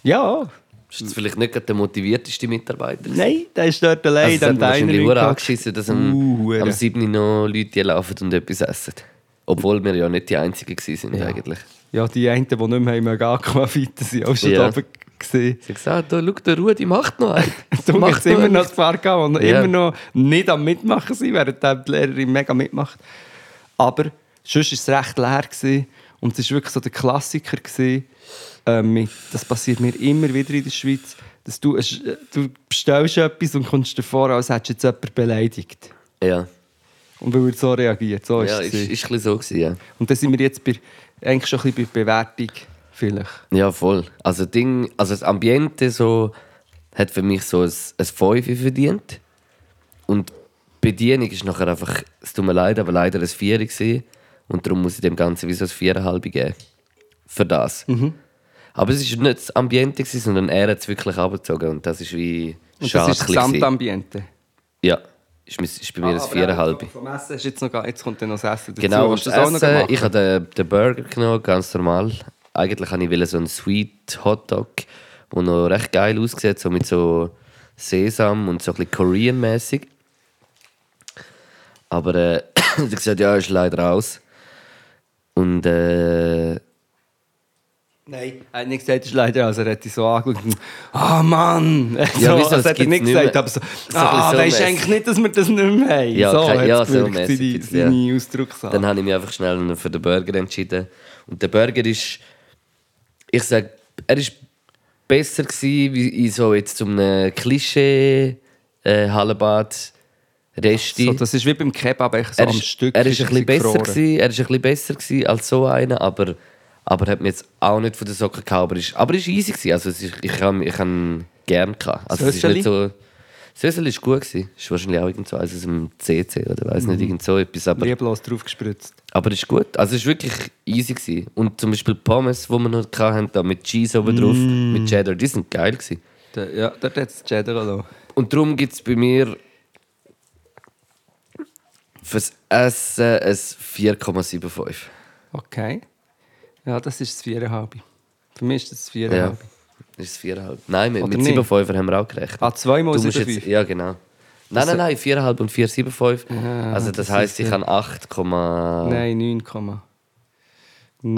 Speaker 4: Ja,
Speaker 3: Ist das vielleicht nicht gerade der motivierteste Mitarbeiter?
Speaker 4: Hm. nein, der ist dort allein.
Speaker 3: Also,
Speaker 4: am
Speaker 3: hat man wahrscheinlich
Speaker 4: Diner
Speaker 3: hure
Speaker 4: hingehockt.
Speaker 3: angeschissen, dass am,
Speaker 4: Uh,
Speaker 3: am 7. Uhr noch Leute hier laufen und etwas essen. Obwohl wir ja nicht die Einzigen waren
Speaker 4: Ja.
Speaker 3: eigentlich.
Speaker 4: Ja, die einen, die nicht mehr haben, Aquafit, sind auch schon
Speaker 3: Ja.
Speaker 4: da oben gesehen.
Speaker 3: Sie haben gesagt, ah, da, schau, der Rudi macht noch einen.
Speaker 4: Du
Speaker 3: Macht
Speaker 4: machst immer noch
Speaker 3: einen.
Speaker 4: ein paar gehen, die
Speaker 3: Ja.
Speaker 4: immer noch nicht am Mitmachen sind, während die Lehrerin mega mitmacht. Aber sonst war es recht leer gewesen. und es war wirklich so der Klassiker. Gewesen, ähm, mit, das passiert mir immer wieder in der Schweiz, dass du, es- äh, du bestellst etwas und kommst davor, als hättest du jetzt jemanden beleidigt.
Speaker 3: Ja,
Speaker 4: Und weil er so reagiert, so
Speaker 3: ja ist,
Speaker 4: ist es.
Speaker 3: ist ein
Speaker 4: gewesen.
Speaker 3: bisschen so. Gewesen, ja.
Speaker 4: Und da sind wir jetzt bei, eigentlich schon ein bisschen bei Bewertung, vielleicht.
Speaker 3: Ja, voll. Also, Ding, also das Ambiente so, hat für mich so ein, ein 5 verdient. Und die Bedienung ist nachher einfach, es tut mir leid, aber leider ein 4 gewesen. Und darum muss ich dem Ganzen wie so ein 4,5 geben. Für das.
Speaker 4: Mhm.
Speaker 3: Aber es war nicht das Ambiente, gewesen, sondern er hat es wirklich abgezogen. Und das ist wie
Speaker 4: Und das Ah,
Speaker 3: schade.
Speaker 4: ist das
Speaker 3: gewesen.
Speaker 4: Gesamtambiente.
Speaker 3: Ja, ist, mis- ist bei mir ein 4,5.
Speaker 4: Vom Essen ist jetzt noch gar, jetzt kommt dann noch das Essen dazu.
Speaker 3: Genau, und
Speaker 4: Hast du
Speaker 3: das
Speaker 4: das auch noch
Speaker 3: Essen,
Speaker 4: gemacht? ne?
Speaker 3: ich habe den, den Burger genommen, ganz normal. Eigentlich wollte ich so einen Sweet Hotdog, der noch recht geil aussieht, so mit so Sesam und so ein bisschen Korean-mässig. Aber äh, sie hat gesagt, ja, ist leider aus. Und äh,
Speaker 4: Nein, er hat nicht gesagt, es ist leider, also er hat dich so angeschaut und «Ah, Mann!» so,
Speaker 3: wieso,
Speaker 4: das
Speaker 3: das
Speaker 4: hat er
Speaker 3: gibt's
Speaker 4: nicht
Speaker 3: nicht
Speaker 4: gesagt,
Speaker 3: mehr.
Speaker 4: aber so
Speaker 3: So ein bisschen
Speaker 4: «Ah,
Speaker 3: so
Speaker 4: weisst du
Speaker 3: mässig.
Speaker 4: eigentlich nicht, dass wir das nicht mehr haben?»
Speaker 3: Ja,
Speaker 4: so
Speaker 3: kein-
Speaker 4: hat's
Speaker 3: ja, so
Speaker 4: gewirkt,
Speaker 3: mässig
Speaker 4: seine,
Speaker 3: gibt's, ja.
Speaker 4: seine Ausdruckssache.
Speaker 3: dann habe ich mich einfach schnell für den Burger entschieden. Und der Burger ist, ich sage, er ist besser gewesen, wie in so jetzt zum Klischee äh, Hallenbad Resti.
Speaker 4: so, das ist wie beim Kebab, echt so
Speaker 3: er
Speaker 4: am
Speaker 3: ist,
Speaker 4: Stück
Speaker 3: er ist ein bisschen besser
Speaker 4: gefroren.
Speaker 3: gewesen, er ist ein bisschen besser gewesen als so einer, aber aber hat mir jetzt auch nicht von den Socken gehauen, aber ist aber ist easy gewesen. Also es ist, ich habe ich han gern gehabt. Also es ist
Speaker 4: Söseli?
Speaker 3: nicht so Sösel ist gut gewesen. Ist wahrscheinlich auch irgend so eins aus dem CC oder weiß nicht irgend so etwas, aber
Speaker 4: Lieblos draufgespritzt.
Speaker 3: aber ist gut. Also es war wirklich easy. Gewesen. Und zum Beispiel die Pommes, die wir noch hatten, da mit Cheese oben drauf,
Speaker 4: Mm.
Speaker 3: mit Cheddar, die sind geil. Gewesen.
Speaker 4: Da- Ja, dort hat es Cheddar gelassen.
Speaker 3: Und darum gibt es bei mir fürs Essen ein 4,75.
Speaker 4: Okay. Ja, das ist das 4,5. Für mich ist das das 4,5.
Speaker 3: Ja. Das ist 4,5. Nein, mit,
Speaker 4: Oder
Speaker 3: mit
Speaker 4: nicht?
Speaker 3: 7,5 haben wir auch gerechnet.
Speaker 4: Ah, zweimal
Speaker 3: Du musst
Speaker 4: 7,5.
Speaker 3: jetzt- Ja, genau. Nein, nein, nein, 4,5 und 4,75.
Speaker 4: Ah,
Speaker 3: also das,
Speaker 4: das
Speaker 3: heisst,
Speaker 4: ist
Speaker 3: ich
Speaker 4: ja-
Speaker 3: habe 8, ah
Speaker 4: Nein, 9,9.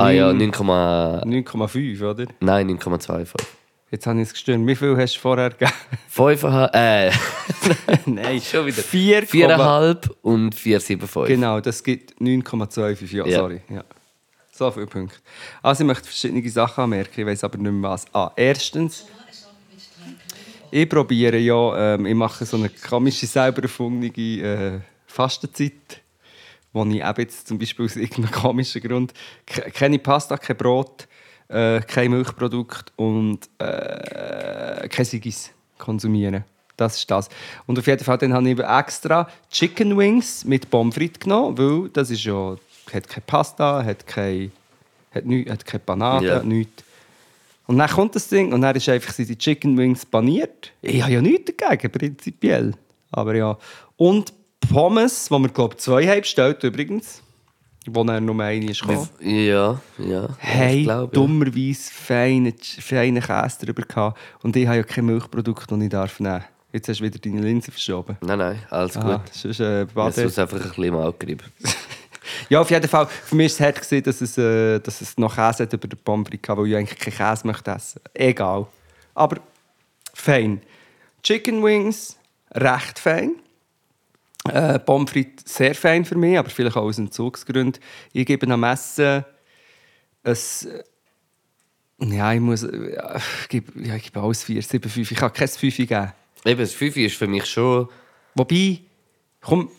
Speaker 4: Ah,
Speaker 3: ja, 9,
Speaker 4: 9,5, oder?
Speaker 3: nein, 9,25.
Speaker 4: Jetzt habe ich es gestört. Wie viel hast du vorher gegeben?
Speaker 3: 5,5, äh,
Speaker 4: Nein,
Speaker 3: schon wieder.
Speaker 4: 4,5.
Speaker 3: 4,5 und 4,75.
Speaker 4: Genau, das gibt 9,25. Ja,
Speaker 3: Ja.
Speaker 4: sorry. Ja. So viele Punkte. Also ich möchte verschiedene Sachen anmerken, ich weiß aber nicht mehr was. Ah, erstens, ich probiere ja, ähm, ich mache so eine komische, selber erfundene äh, Fastenzeit, wo ich eben jetzt zum Beispiel aus irgendeinem komischen Grund ke- keine Pasta, kein Brot, äh, kein Milchprodukt und äh, kein Sigis konsumieren. Das ist das. Und auf jeden Fall dann habe ich eben extra Chicken Wings mit Pommes frites genommen, weil das ist ja, hat keine Pasta, hat keine, hat nü, hat keine Banane,
Speaker 3: Ja.
Speaker 4: hat nichts. Und dann kommt das Ding und dann ist einfach sind die Chicken Wings paniert. Ich habe ja nichts dagegen, prinzipiell. Aber ja. Und Pommes, wo wir, glaube ich, zwei haben bestellt übrigens. Wo dann nur eine ist gekommen.
Speaker 3: Ja, ja.
Speaker 4: Hey,
Speaker 3: ich glaube,
Speaker 4: dummerweise feinen feine Käse drüber gehabt. Und ich habe ja kein Milchprodukt, das ich darf nehmen Jetzt hast du wieder deine Linse verschoben.
Speaker 3: Ja. Nein, nein, alles
Speaker 4: Aha,
Speaker 3: gut.
Speaker 4: sonst, äh,
Speaker 3: Es
Speaker 4: Bade.
Speaker 3: ist einfach ein bisschen im Auge
Speaker 4: Ja, auf jeden Fall. Für mich war es hart, gewesen, dass es, äh, dass es noch Käse hat über den Pommes frites gehabt, weil ich eigentlich keinen Käse möchte essen Egal. Aber fein. Chicken Wings, recht fein. Äh, Pommes frites, sehr fein für mich, aber vielleicht auch aus Entzugsgründen. Ich gebe am Essen ein... Ja, ich muss... Ja, ich gebe, ja, ich gebe alles 4, 7, 5. Ich kann kein 5 geben.
Speaker 3: Eben, das 5 ist für mich schon.
Speaker 4: Wobei, komm.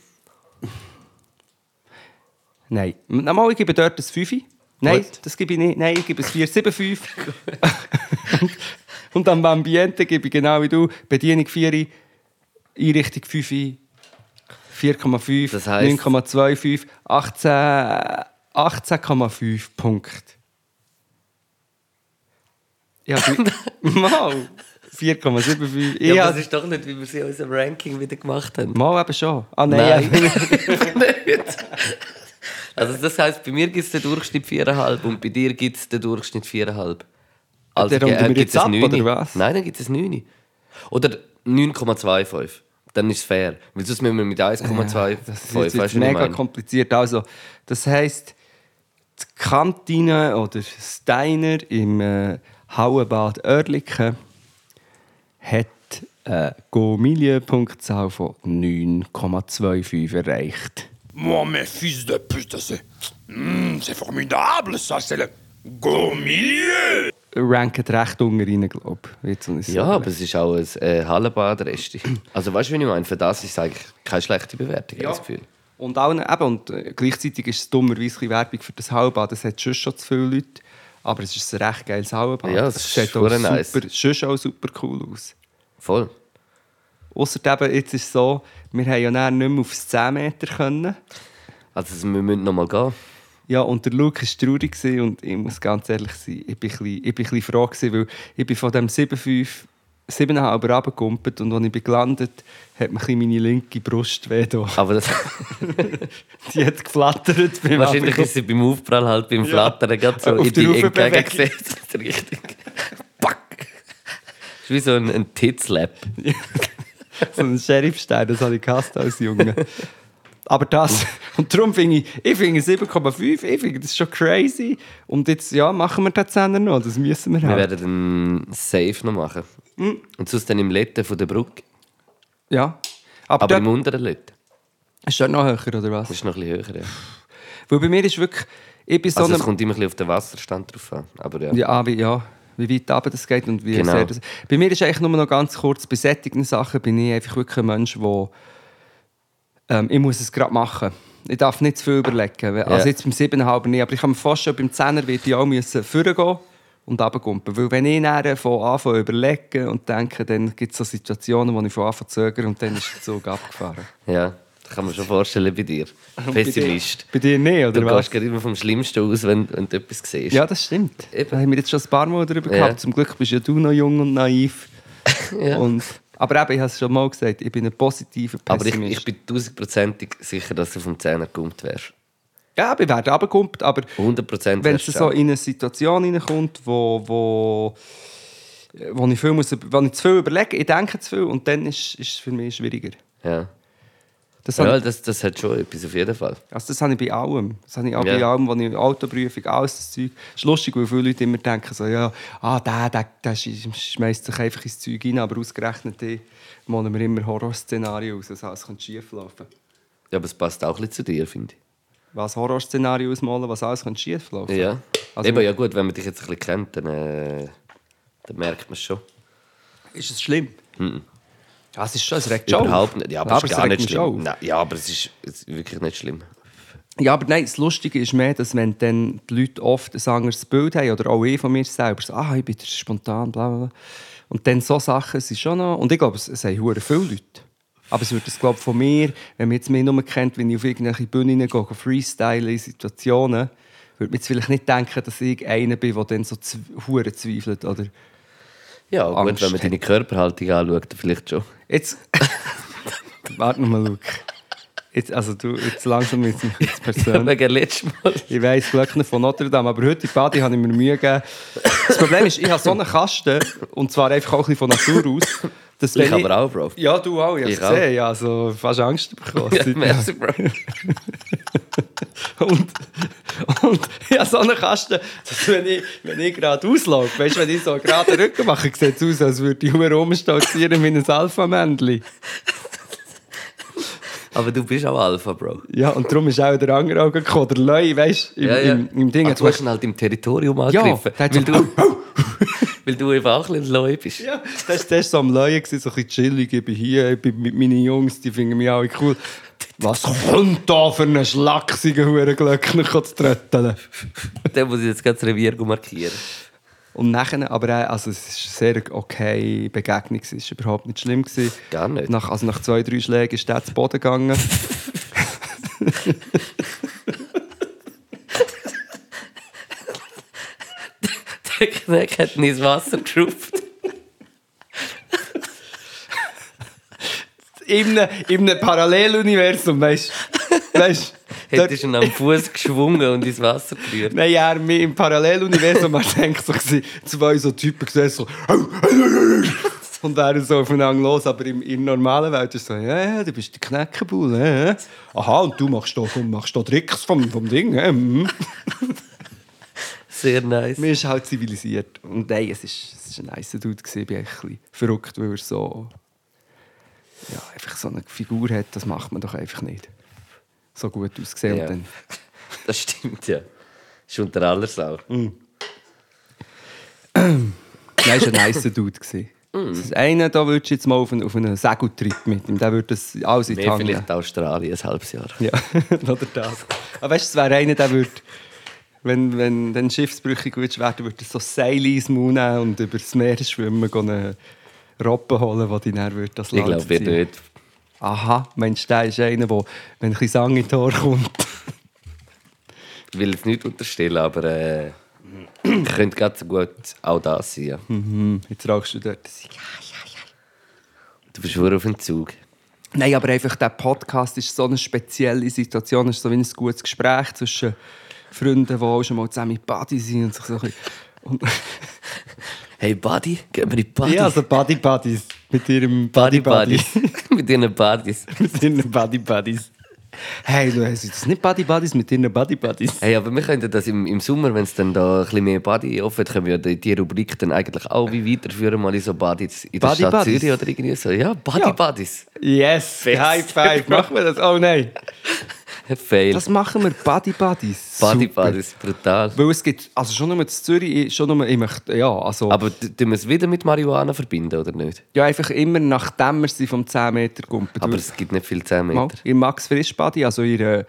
Speaker 4: Nein. Nochmal, ich gebe dort ein 5. Nein,
Speaker 3: Gut.
Speaker 4: das gebe ich nicht. Nein, ich gebe ein 4, 7, 5. und, und am Ambiente gebe ich genau wie du Bedienung 4, Einrichtung 5, 4,5,
Speaker 3: Das heisst-
Speaker 4: 9,25, 18, 18,5 Punkte. Ja, mal 4,75. Ich
Speaker 3: Ja, aber
Speaker 4: habe-
Speaker 3: das ist doch nicht, wie wir sie in unserem Ranking wieder gemacht haben.
Speaker 4: Mal eben schon. Ah nein.
Speaker 3: Nein. Also das heisst, bei mir gibt es den Durchschnitt 4,5 und bei dir gibt es den Durchschnitt 4,5. Also
Speaker 4: Dann runden wir
Speaker 3: gibt's
Speaker 4: jetzt ab,
Speaker 3: ein 9.
Speaker 4: oder was?
Speaker 3: Nein, dann gibt es 9. Oder 9,25. Dann ist es fair. Weil sonst müssen wir mit 1,25.
Speaker 4: Ja, Das
Speaker 3: weißt
Speaker 4: ist jetzt,
Speaker 3: du, was
Speaker 4: jetzt
Speaker 3: ich
Speaker 4: mega
Speaker 3: meine?
Speaker 4: kompliziert. Also, das heisst, die Kantine oder Steiner im äh, Hauenbad Oerlikon hat eine Gomilien-Punktzahl von 9,25 erreicht.
Speaker 6: Moi, mes fils de pute, c'est. Hmm, c'est formidable, ça, c'est le. Go milieu!
Speaker 4: Ranket recht unten rein, glaube ich. Wird so eine
Speaker 3: Ja,
Speaker 4: Sache.
Speaker 3: aber es ist auch ein äh, Hallenbadrest. Also weißt du, wie ich meine? Für das ist es eigentlich keine schlechte Bewertung, habe ich das Gefühl.
Speaker 4: Und, allen, eben, und äh, gleichzeitig ist es dummerweise ein bisschen Werbung für das Hauenbad. Das hat schon schon zu viele Leute. Aber es ist ein recht geiles Hauenbad.
Speaker 3: Ja, es
Speaker 4: Es
Speaker 3: ist
Speaker 4: sieht auch
Speaker 3: verdammt
Speaker 4: super,
Speaker 3: nice.
Speaker 4: schon auch super cool aus.
Speaker 3: Voll.
Speaker 4: Ausser eben, jetzt ist es so, wir haben ja nachher nicht mehr aufs 10 Meter können.
Speaker 3: Also das- wir müssen nochmal gehen.
Speaker 4: Ja, und der Luke war traurig gewesen und ich muss ganz ehrlich sein, ich bin ein bisschen, ich bin ein bisschen froh gewesen, weil ich bin von dem 7,5, 7,5 runtergekumpelt und als ich bin gelandet hat mir ein bisschen meine linke Brust weh da.
Speaker 3: Aber das,
Speaker 4: Die hat geflattert beim
Speaker 3: wahrscheinlich
Speaker 4: Runterkommen.
Speaker 3: ist sie beim Aufprall halt beim Flattern gerade so
Speaker 4: Auf
Speaker 3: in
Speaker 4: der
Speaker 3: die
Speaker 4: Rufenbewegung.
Speaker 3: entgegengesetzte Richtung. Pack! Das ist wie so ein, ein Titslap.
Speaker 4: so einen Sheriffstein, das habe ich gehasst als Junge. Aber das, und darum finde ich, ich finde 7,5, ich finde das schon crazy. Und jetzt, ja, machen wir den Zehner noch, das müssen wir,
Speaker 3: Wir
Speaker 4: halt.
Speaker 3: werden den Safe noch machen. Und sonst dann im Letten von der Brücke.
Speaker 4: Ja. Aber,
Speaker 3: Aber
Speaker 4: dort-
Speaker 3: im unteren Letten.
Speaker 4: Ist dort noch höher, oder
Speaker 3: Das
Speaker 4: was?
Speaker 3: ist noch ein bisschen höher. Ja.
Speaker 4: Weil bei mir ist wirklich... Ich bin so
Speaker 3: Also es
Speaker 4: einem-
Speaker 3: kommt immer ein bisschen auf den Wasserstand drauf an. Aber ja.
Speaker 4: ja, wie, ja, wie weit runter das geht und wie
Speaker 3: Genau.
Speaker 4: sehr das... Bei mir ist eigentlich nur noch ganz kurz, bei solchen Sachen bin ich einfach wirklich ein Mensch, wo... Ähm, ich muss es gerade machen. Ich darf nicht zu viel überlegen. Weil- Also
Speaker 3: Ja.
Speaker 4: jetzt beim 7,5 nicht, aber ich kann mir vorstellen, beim 10er werde ich auch müssen vorgehen und runtergumpen. Weil wenn ich nachher von Anfang an überlege und denke, dann gibt es so Situationen, wo ich von Anfang an zögere und dann ist der Zug abgefahren.
Speaker 3: ja, das kann man schon vorstellen bei dir. Pessimist.
Speaker 4: Bei dir nicht, oder
Speaker 3: Du
Speaker 4: was?
Speaker 3: gehst gerade immer vom Schlimmsten aus, wenn, wenn du etwas siehst.
Speaker 4: Genau. Ja, das stimmt.
Speaker 3: Eben.
Speaker 4: Da haben wir jetzt schon ein paar Mal darüber
Speaker 3: Ja.
Speaker 4: gehabt. Zum Glück bist ja du noch jung und naiv. und, aber eben, ich habe es schon mal gesagt, ich bin ein positiver
Speaker 3: aber ich,
Speaker 4: Pessimist.
Speaker 3: ich bin tausendprozentig sicher, dass du vom Zehner gekommen wärst.
Speaker 4: ja, wir werden runtergekumpelt, aber
Speaker 3: Oh, Hundertprozentig.
Speaker 4: wenn es
Speaker 3: wärst du
Speaker 4: so
Speaker 3: auch.
Speaker 4: in eine Situation hineinkommt, wo, wo, wo, ich viel muss, wo ich zu viel überlege, ich denke zu viel und dann ist, ist es für mich schwieriger.
Speaker 3: Ja,
Speaker 4: Das habe
Speaker 3: ja
Speaker 4: ich,
Speaker 3: das, das hat schon etwas auf jeden Fall.
Speaker 4: also das habe ich bei allem. Das habe ich auch
Speaker 3: Ja.
Speaker 4: bei allem, wo ich Autoprüfung, alles das Zeug. Es ist lustig, weil viele Leute immer denken so, ja, ah, der, der, der sch- schmeißt sich einfach ins Zeug rein, aber ausgerechnet die malen wir immer Horrorszenarien aus, also es könnte schieflaufen.
Speaker 3: Ja, aber es passt auch ein bisschen zu dir, finde ich.
Speaker 4: Was Horrorszenarien ausmalen, was alles könnte schieflaufen.
Speaker 3: Ja.
Speaker 4: Also-
Speaker 3: Eben, ja gut, wenn man dich jetzt ein bisschen kennt, dann, äh, dann merkt man es schon.
Speaker 4: Ist es schlimm? Ja, es ist schon, es regt schon auf.
Speaker 3: Mhm. Überhaupt nicht. Ja, aber, es ist gar
Speaker 4: regt
Speaker 3: nicht
Speaker 4: mich schon auf.
Speaker 3: schlimm. Nein, ja, aber es ist, es ist wirklich nicht schlimm.
Speaker 4: Ja, aber nein, das Lustige ist mehr, dass wenn dann die Leute oft ein anderes Bild haben, oder auch ich von mir selber, so, ah, ich bin spontan, bla bla bla. Und dann so Sachen sind schon noch... Und ich glaube, es, es haben verdammt viele Leute. Aber es würde es, glaube ich, von mir, wenn man jetzt mich nur kennt, wenn ich auf irgendwelche Bühnen gehe, freestyle in Situationen, würde man jetzt vielleicht nicht denken, dass ich einer bin, der dann so zw- verdammt zweifelt. Oder
Speaker 3: Ja, gut,
Speaker 4: Angst
Speaker 3: wenn man deine Körperhaltung anschaut, dann vielleicht schon.
Speaker 4: jetzt... Warte noch mal, Luke. Jetzt, also du, jetzt langsam wird es mich jetzt persönlich.
Speaker 3: Wegen letztes Mal.
Speaker 4: Ich weiss, Glöckner von Notre Dame, aber heute in Badi habe ich mir Mühe gegeben. Das Problem ist, ich habe so einen Kasten, und zwar einfach auch ein bisschen von Natur aus. Dass
Speaker 3: Ich
Speaker 4: wenn
Speaker 3: aber auch, Bro.
Speaker 4: Ja, du auch, ich habe
Speaker 3: Ich auch.
Speaker 4: gesehen. Ich habe also fast Angst bekommen.
Speaker 3: Ja, merci, Bro.
Speaker 4: Und, und ich habe so einen Kasten, dass wenn ich, wenn ich gerade auslaufe, weißt du, wenn ich so gerade den Rücken mache, sieht es aus, als würde ich herumstolzieren wie ein Alpha-Männchen.
Speaker 3: Aber du bist auch Alpha, Bro.
Speaker 4: Ja, und darum ist auch der andere auch gekommen, der Leu, weißt du, im,
Speaker 3: Ja, ja.
Speaker 4: im, im Ding.
Speaker 3: Ah, du hast ihn halt im Territorium
Speaker 4: Ja,
Speaker 3: angegriffen.
Speaker 4: der hat
Speaker 3: weil,
Speaker 4: so-
Speaker 3: du, weil du einfach auch ein bisschen Leu bist.
Speaker 4: Ja, das war so am Leuen, so ein bisschen chillig. Ich bin hier, ich bin mit meinen Jungs, die finden mich alle cool. Was kommt da für einen schlachsigen Hurenglöckner zu trötteln?
Speaker 3: Den muss ich jetzt ganz Revier markieren.
Speaker 4: Und nachher, aber auch, also es ist eine sehr okay Begegnung, gewesen. es war überhaupt nicht schlimm. Gewesen.
Speaker 3: Gar nicht.
Speaker 4: Nach, also nach zwei, drei Schlägen ist der zu Boden gegangen.
Speaker 3: Der Kneck hat ihn ins Wasser geschraubt.
Speaker 4: in einem, in einem Paralleluniversum, weißt du? Weißt du?
Speaker 3: Hättest du ihn am Fuß geschwungen und ins Wasser gerührt.
Speaker 4: Nein, ja, mir im Paralleluniversum man denkt so, gewesen, zwei so Typen gesessen, so, und wären so aufeinander los, aber im, in der normalen Welt ist es so, ja, ja, du bist der Knäckebull, ja, ja. Aha, und du machst doch machst da Tricks vom, vom Ding, ja. mhm.
Speaker 3: Sehr nice.
Speaker 4: Man ist halt zivilisiert. Und nein, es ist, es ist ein nicer Dude gewesen, ich bin echt ein bisschen verrückt, weil er so, ja, einfach so eine Figur hat, das macht man doch einfach nicht. So gut ausgesehen
Speaker 3: Ja.
Speaker 4: und dann...
Speaker 3: Das stimmt, ja. Ist unter aller Sau.
Speaker 4: Hm, Nein, das war ein nicer Dude. gewesen.
Speaker 3: Mm.
Speaker 4: Das ist einer, da würdest du jetzt mal auf einen, auf einen Segeltrip mit ihm. Der würde das alles in die
Speaker 3: Mehr
Speaker 4: Hand nehmen.
Speaker 3: vielleicht Australien, ein halbes Jahr.
Speaker 4: Ja, oder das. Aber weißt du, es wäre einer, der würde, wenn, wenn dann Schiffsbrüche gut werden, würde er so Seile ins Maul nehmen und über das Meer schwimmen gehen, einen Robben holen, der dich dann würde das
Speaker 3: Ich glaube, wir
Speaker 4: ziehen.
Speaker 3: nicht.
Speaker 4: Aha, Mensch, der ist einer, der, wenn ein bisschen Sang in Tor kommt,
Speaker 3: Ich will jetzt nicht unterstellen, aber äh, könnte ganz gut auch das sein. ja.
Speaker 4: mhm, jetzt rauchst du dort. Das
Speaker 3: Du bist wohl auf dem Zug.
Speaker 4: Nein, aber einfach der Podcast ist so eine spezielle Situation, Es ist so wie ein gutes Gespräch zwischen Freunden, die auch schon mal zusammen in Buddy sind und sich so ein bisschen- und
Speaker 3: Hey Buddy, gehen wir in die Buddy.
Speaker 4: Ja, also Buddy Buddies mit ihrem
Speaker 3: Buddy
Speaker 4: Buddy Buddy.
Speaker 3: Buddies. Mit ihren Buddies.
Speaker 4: mit ihren Buddy Buddies. Hey, du hast das nicht Buddy Buddies mit ihren Buddy Buddies.
Speaker 3: Hey, aber wir könnten das im, im Sommer, wenn es dann da ein bisschen mehr Buddy offen wird, können wir die, die Rubrik dann eigentlich auch wie weiterführen, mal in so Buddies in der
Speaker 4: Buddy
Speaker 3: Stadt
Speaker 4: Buddies.
Speaker 3: Zürich oder irgendwie so. Ja, Buddy
Speaker 4: Ja.
Speaker 3: Buddies.
Speaker 4: Yes, High Five, machen wir das? Oh nein.
Speaker 3: Fail.
Speaker 4: Das machen wir, Buddy Buddies.
Speaker 3: Buddy
Speaker 4: Super.
Speaker 3: Buddies, brutal.
Speaker 4: Weil es gibt, also schon nur in Zürich, schon nur, ich möchte, ja, also...
Speaker 3: Aber t- tun wir es wieder mit Marihuana verbinden, oder nicht?
Speaker 4: ja, einfach immer nachdem wir sie vom 10 Meter kumpeln.
Speaker 3: Aber es gibt nicht viel 10 Meter.
Speaker 4: Mal, Im Max Frisch Body, also ihr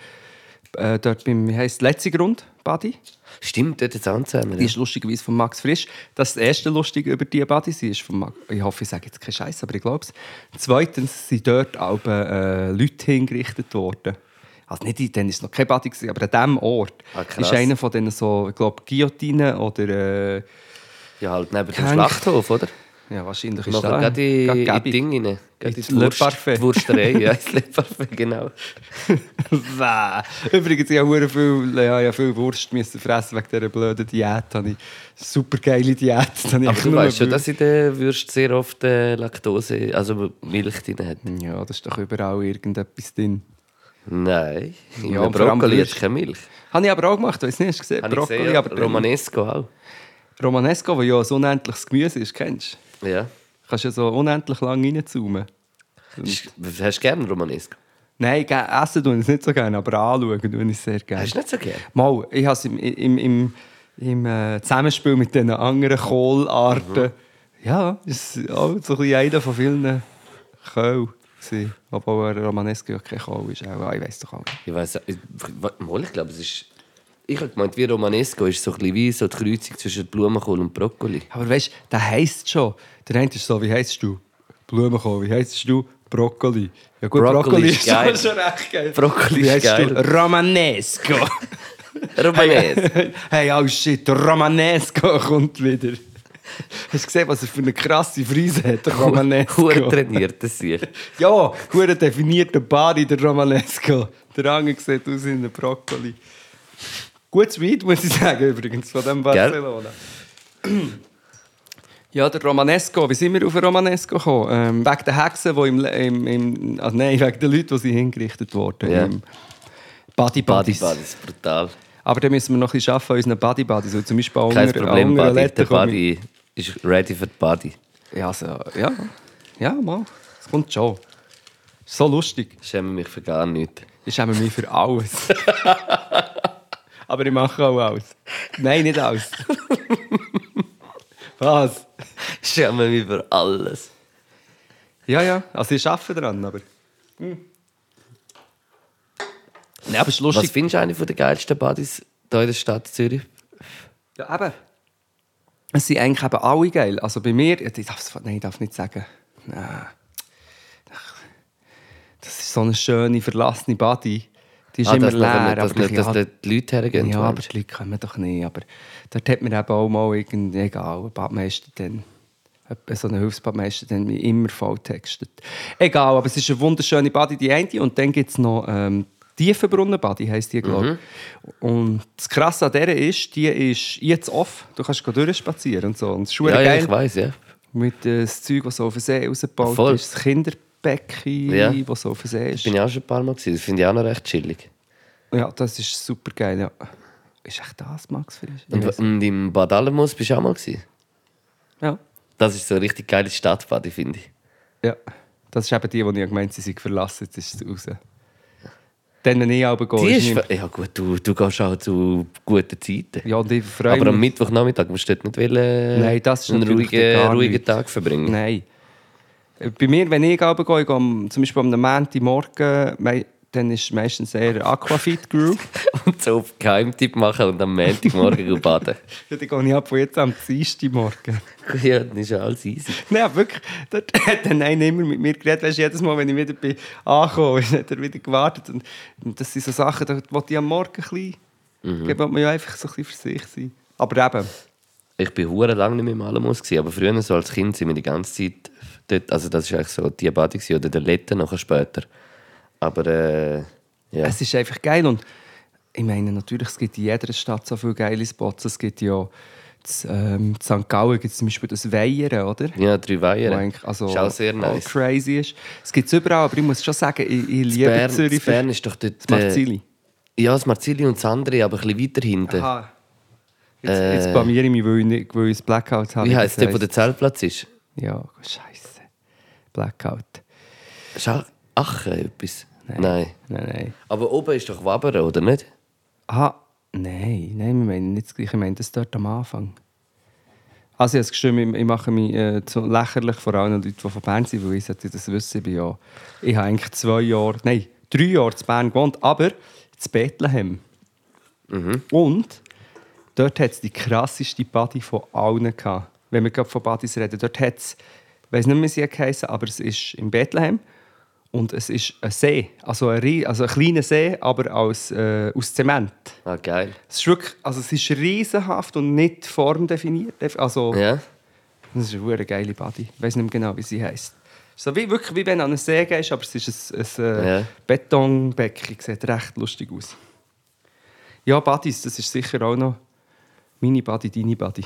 Speaker 4: äh, dort beim, wie heisst letzte Grund Body.
Speaker 3: Stimmt, dort jetzt anzunehmen.
Speaker 4: Die ist lustigerweise von Max Frisch. Das, ist das erste Lustige über die Body sie ist von Max. Ich hoffe, ich sage jetzt keinen Scheiß, aber ich glaube es. Zweitens sind dort auch äh, Leute hingerichtet worden. Also nicht, in- dann war es noch kein Body, gewesen, aber an diesem Ort
Speaker 3: Ah, krass.
Speaker 4: ist einer von denen so, ich glaube, Guillotine oder. Äh,
Speaker 3: Ja, halt neben dem
Speaker 4: Krank.
Speaker 3: Schlachthof, oder?
Speaker 4: ja, wahrscheinlich ist
Speaker 3: Noch
Speaker 4: da-
Speaker 3: gerade in in
Speaker 4: gerade
Speaker 3: die
Speaker 4: gäbig.
Speaker 3: Ding rein. Gerade in
Speaker 4: In
Speaker 3: die
Speaker 4: das Le
Speaker 3: Wurst-
Speaker 4: Parfait.
Speaker 3: die Wursterei, ja, das Le Parfait, genau.
Speaker 4: Wäh. Übrigens, ich habe viel, ja, ja, viel Wurst müssen fressen wegen dieser blöden Diät. Habe ich super geile Diät. Habe ich
Speaker 3: Aber du
Speaker 4: nur
Speaker 3: weißt schon,
Speaker 4: Wurst.
Speaker 3: dass in der Würst sehr oft äh, Laktose, also Milch drin hat.
Speaker 4: Ja, das ist doch überall irgendetwas drin.
Speaker 3: Nein, in
Speaker 4: Ja,
Speaker 3: einem
Speaker 4: und vor allem
Speaker 3: Brokkoli
Speaker 4: Würst.
Speaker 3: ist keine Milch.
Speaker 4: Habe ich aber auch gemacht, weißt du nicht? Hast du gesehen?
Speaker 3: Habe ich
Speaker 4: Brokkoli,
Speaker 3: gesehen,
Speaker 4: aber
Speaker 3: aber Romanesco auch.
Speaker 4: Romanesco, das ja ein unendliches Gemüse ist, kennst du?
Speaker 3: Ja.
Speaker 4: Kannst ja so unendlich lang reinzoomen.
Speaker 3: Hast hast du gerne Romanesco?
Speaker 4: Nein, ge- essen tue ich es nicht so gerne, aber anschauen tue ich es sehr gerne.
Speaker 3: Hast du nicht so gerne?
Speaker 4: Mal, ich habe es im, im, im, im äh, Zusammenspiel mit den anderen Kohlarten.
Speaker 3: Mhm.
Speaker 4: Ja, es ist auch so ein bisschen einer von vielen Kohl. gewesen. Obwohl ein Romanesco ja kein Kohl ist. Auch, ah, ich weiß doch auch. nicht.
Speaker 3: Ich weiß ich, mal, ich glaube, es ist... Ich habe gemeint, wie Romanesco ist so ein bisschen wie so die Kreuzung zwischen Blumenkohl und Brokkoli.
Speaker 4: Aber weißt du, der heisst schon. Der eine ist so, wie heisst du? Blumenkohl. Wie heisst du? Brokkoli. Ja gut,
Speaker 3: Brokkoli
Speaker 4: Brokkoli,
Speaker 3: ist
Speaker 4: ist
Speaker 3: geil.
Speaker 4: schon recht geil.
Speaker 3: Brokkoli
Speaker 4: wie
Speaker 3: ist
Speaker 4: heisst
Speaker 3: geil.
Speaker 4: du? Romanesco.
Speaker 3: Romanesco!
Speaker 4: hey, oh shit, Romanesco kommt wieder. Hast du gesehen, was er für eine krasse Frise hat, der
Speaker 3: Hure
Speaker 4: Romanesco?
Speaker 3: trainiert, das sehe ich.
Speaker 4: ja, hure definierter Body, der Romanesco. Der andere sieht aus wie ein Brokkoli. Gutes Weed, muss ich sagen, übrigens, von dem Barcelona. Ja, der Romanesco. Wie sind wir auf den Romanesco gekommen? Ähm, wegen der Hexen, die im, Le- im, im also nein, wegen den Leuten, die sie hingerichtet wurden.
Speaker 3: Ja.
Speaker 4: Im
Speaker 3: Body
Speaker 4: Buddy Buddies.
Speaker 3: Buddies, brutal.
Speaker 4: Aber da müssen wir noch ein bisschen arbeiten an unseren Buddy Buddies. weil Zum Beispiel an
Speaker 3: Kein
Speaker 4: unserer- an
Speaker 3: Problem,
Speaker 4: unserer
Speaker 3: Buddy. Der
Speaker 4: Letten komme ich-
Speaker 3: Buddy ist ready für die Buddy.
Speaker 4: Ja, also, ja. Ja, mal. Es kommt schon. Ist so lustig.
Speaker 3: Schäme mich für gar nichts.
Speaker 4: Ich schäme mich für alles. Aber ich mache auch alles. Nein, nicht alles. Was?
Speaker 3: Ich Schäme mich für alles.
Speaker 4: Ja, ja. Also ich arbeite dran, aber... Hm. Nein, aber es ist
Speaker 3: Was
Speaker 4: lustig.
Speaker 3: findest du eine von den geilsten Buddies hier in der Stadt Zürich?
Speaker 4: Ja, eben. Es sind eigentlich eben alle geil. Also bei mir, ich darf nein, ich darf nicht sagen. Nein. Ach, Das ist so eine schöne, verlassene Body. Die ist immer
Speaker 3: Ah, dass, nachher
Speaker 4: leer.
Speaker 3: nicht- dass,
Speaker 4: aber
Speaker 3: nicht,
Speaker 4: ich-
Speaker 3: dass
Speaker 4: ja,
Speaker 3: dort die Leute hergehen.
Speaker 4: ja,
Speaker 3: du
Speaker 4: aber
Speaker 3: meinst.
Speaker 4: die Leute kommen doch nicht. Aber dort hat mir eben auch mal irgendwie, egal, ein Badmeister dann, etwa so ein Hilfsbadmeister dann mich immer voll textet. Egal, aber es ist eine wunderschöne Body, die eine. Und dann gibt es noch ähm, Tiefenbrunnen-Body, heisst die,
Speaker 3: Mhm.
Speaker 4: glaube ich. Und das Krasse an der ist, die ist jetzt off. Du kannst go durchspazieren und so. Und es ist
Speaker 3: ja,
Speaker 4: verdammt
Speaker 3: ja,
Speaker 4: geil.
Speaker 3: ich weiss, ja.
Speaker 4: Mit äh, das Zeug, das so auf den See rausgebaut
Speaker 3: Voll.
Speaker 4: ist. Das Kinderbecken,
Speaker 3: Ja.
Speaker 4: das so auf den See ist.
Speaker 3: Bin ich auch schon ein paar Mal gewesen. Das finde ich auch noch recht chillig.
Speaker 4: Ja, das ist super geil. Ja. Ist echt das, Max? Vielleicht? Ich weiss
Speaker 3: Und, und im Bad Alamus bist du auch mal gewesen.
Speaker 4: Ja.
Speaker 3: Das ist so ein richtig geiles Stadtbad, finde ich.
Speaker 4: ja. Das ist eben die, die ich gemeint sie sind verlassen, jetzt ist es raus. Dann, wenn ich aber gehe,
Speaker 3: Die
Speaker 4: ist
Speaker 3: ist
Speaker 4: nicht-
Speaker 3: ver- ja gut, du, du gehst auch zu guten Zeiten.
Speaker 4: Ja, und ich freue
Speaker 3: Aber am
Speaker 4: mich.
Speaker 3: Mittwochnachmittag musst du dort nicht wollen,
Speaker 4: Nein, das ist
Speaker 3: einen
Speaker 4: natürlich
Speaker 3: ruhigen,
Speaker 4: gar
Speaker 3: ruhigen
Speaker 4: nicht.
Speaker 3: Tag verbringen.
Speaker 4: Nein. Äh, Bei mir, wenn ich aber gehe, ich gehe am- zum Beispiel am Montagmorgen, mei- dann ist meistens eher Aquafit Group.
Speaker 3: Und so auf Geheimtipp machen und am Montagmorgen gehen baden.
Speaker 4: ja, dann gehe ich ab von jetzt am Dienstagmorgen.
Speaker 3: Ja, dann ist ja alles easy.
Speaker 4: Nein, wirklich. Dort hat dann einer immer mit mir geredet. Weißt, du, jedes Mal, wenn ich wieder bin, angekommen bin, hat er wieder gewartet. Und, und das sind so Sachen, da will ich am Morgen ein bisschen.
Speaker 3: Mhm.
Speaker 4: Da will man ja einfach so ein bisschen für sich sein. Aber eben,
Speaker 3: Ich war hure lange nicht mehr im Alamos, gewesen, aber früher so als Kind sind wir die ganze Zeit dort. Also das war eigentlich so die Bade gewesen, oder der Letten nachher später. Aber äh, ja.
Speaker 4: es ist einfach geil. Und ich meine, natürlich, es gibt in jeder Stadt so viele geile Spots. Es gibt ja das, ähm, in St. Gallen gibt es zum Beispiel das Weihern, oder?
Speaker 3: Ja, drei
Speaker 4: Wo
Speaker 3: Weiher.
Speaker 4: eigentlich, also,
Speaker 3: ist auch sehr nice.
Speaker 4: all crazy ist. Es gibt es überall, aber ich muss schon sagen, ich, ich
Speaker 3: In
Speaker 4: liebe
Speaker 3: Bern, in
Speaker 4: Zürich.
Speaker 3: Bern ist doch dort...
Speaker 4: Das Marzili.
Speaker 3: Äh, ja, das Marzili und das andere, aber ein bisschen weiter hinten.
Speaker 4: Aha. Jetzt, jetzt blamiere ich mich, weil ich, nicht, weil ich das Blackout habe.
Speaker 3: äh, Wie heisst der,
Speaker 4: das
Speaker 3: wo der Zeltplatz ist?
Speaker 4: Ja, scheiße. Blackout.
Speaker 3: Ist auch Aachen etwas? Nein.
Speaker 4: Nein, nein.
Speaker 3: Aber oben ist doch Wabern, oder nicht?
Speaker 4: Ah, nein, nein, wir meinen nicht das gleiche. Ich meine das dort am Anfang. Also ich habe es gestimmt, ich, ich mache mich äh, zu lächerlich vor allen Leuten, die von Bern sind, weil ich sollte das wissen. Ich, bin ja, ich habe eigentlich zwei Jahre, nein, drei Jahre in Bern gewohnt, aber in Bethlehem. Und dort hat es die krasseste Party von allen gehabt. Wenn wir gerade von Partys reden, dort hat es, ich weiß nicht mehr, wie sie geheißen, aber es ist in Bethlehem und es ist ein See, also ein, rie- also ein kleiner See, aber aus, äh, aus Zement.
Speaker 3: Ah, geil.
Speaker 4: Es ist wirklich, also es ist riesenhaft und nicht formdefiniert. Also,
Speaker 3: Ja?
Speaker 4: das ist eine hure geile Body. Ich weiß nicht mehr genau, wie sie heißt. So wie, wirklich wie wenn du an einen See gehst, aber es ist ein, ein äh,
Speaker 3: Ja.
Speaker 4: Betonbecken. Sieht recht lustig aus. Ja, Buddies, das ist sicher auch noch meine Buddy, deine Buddy.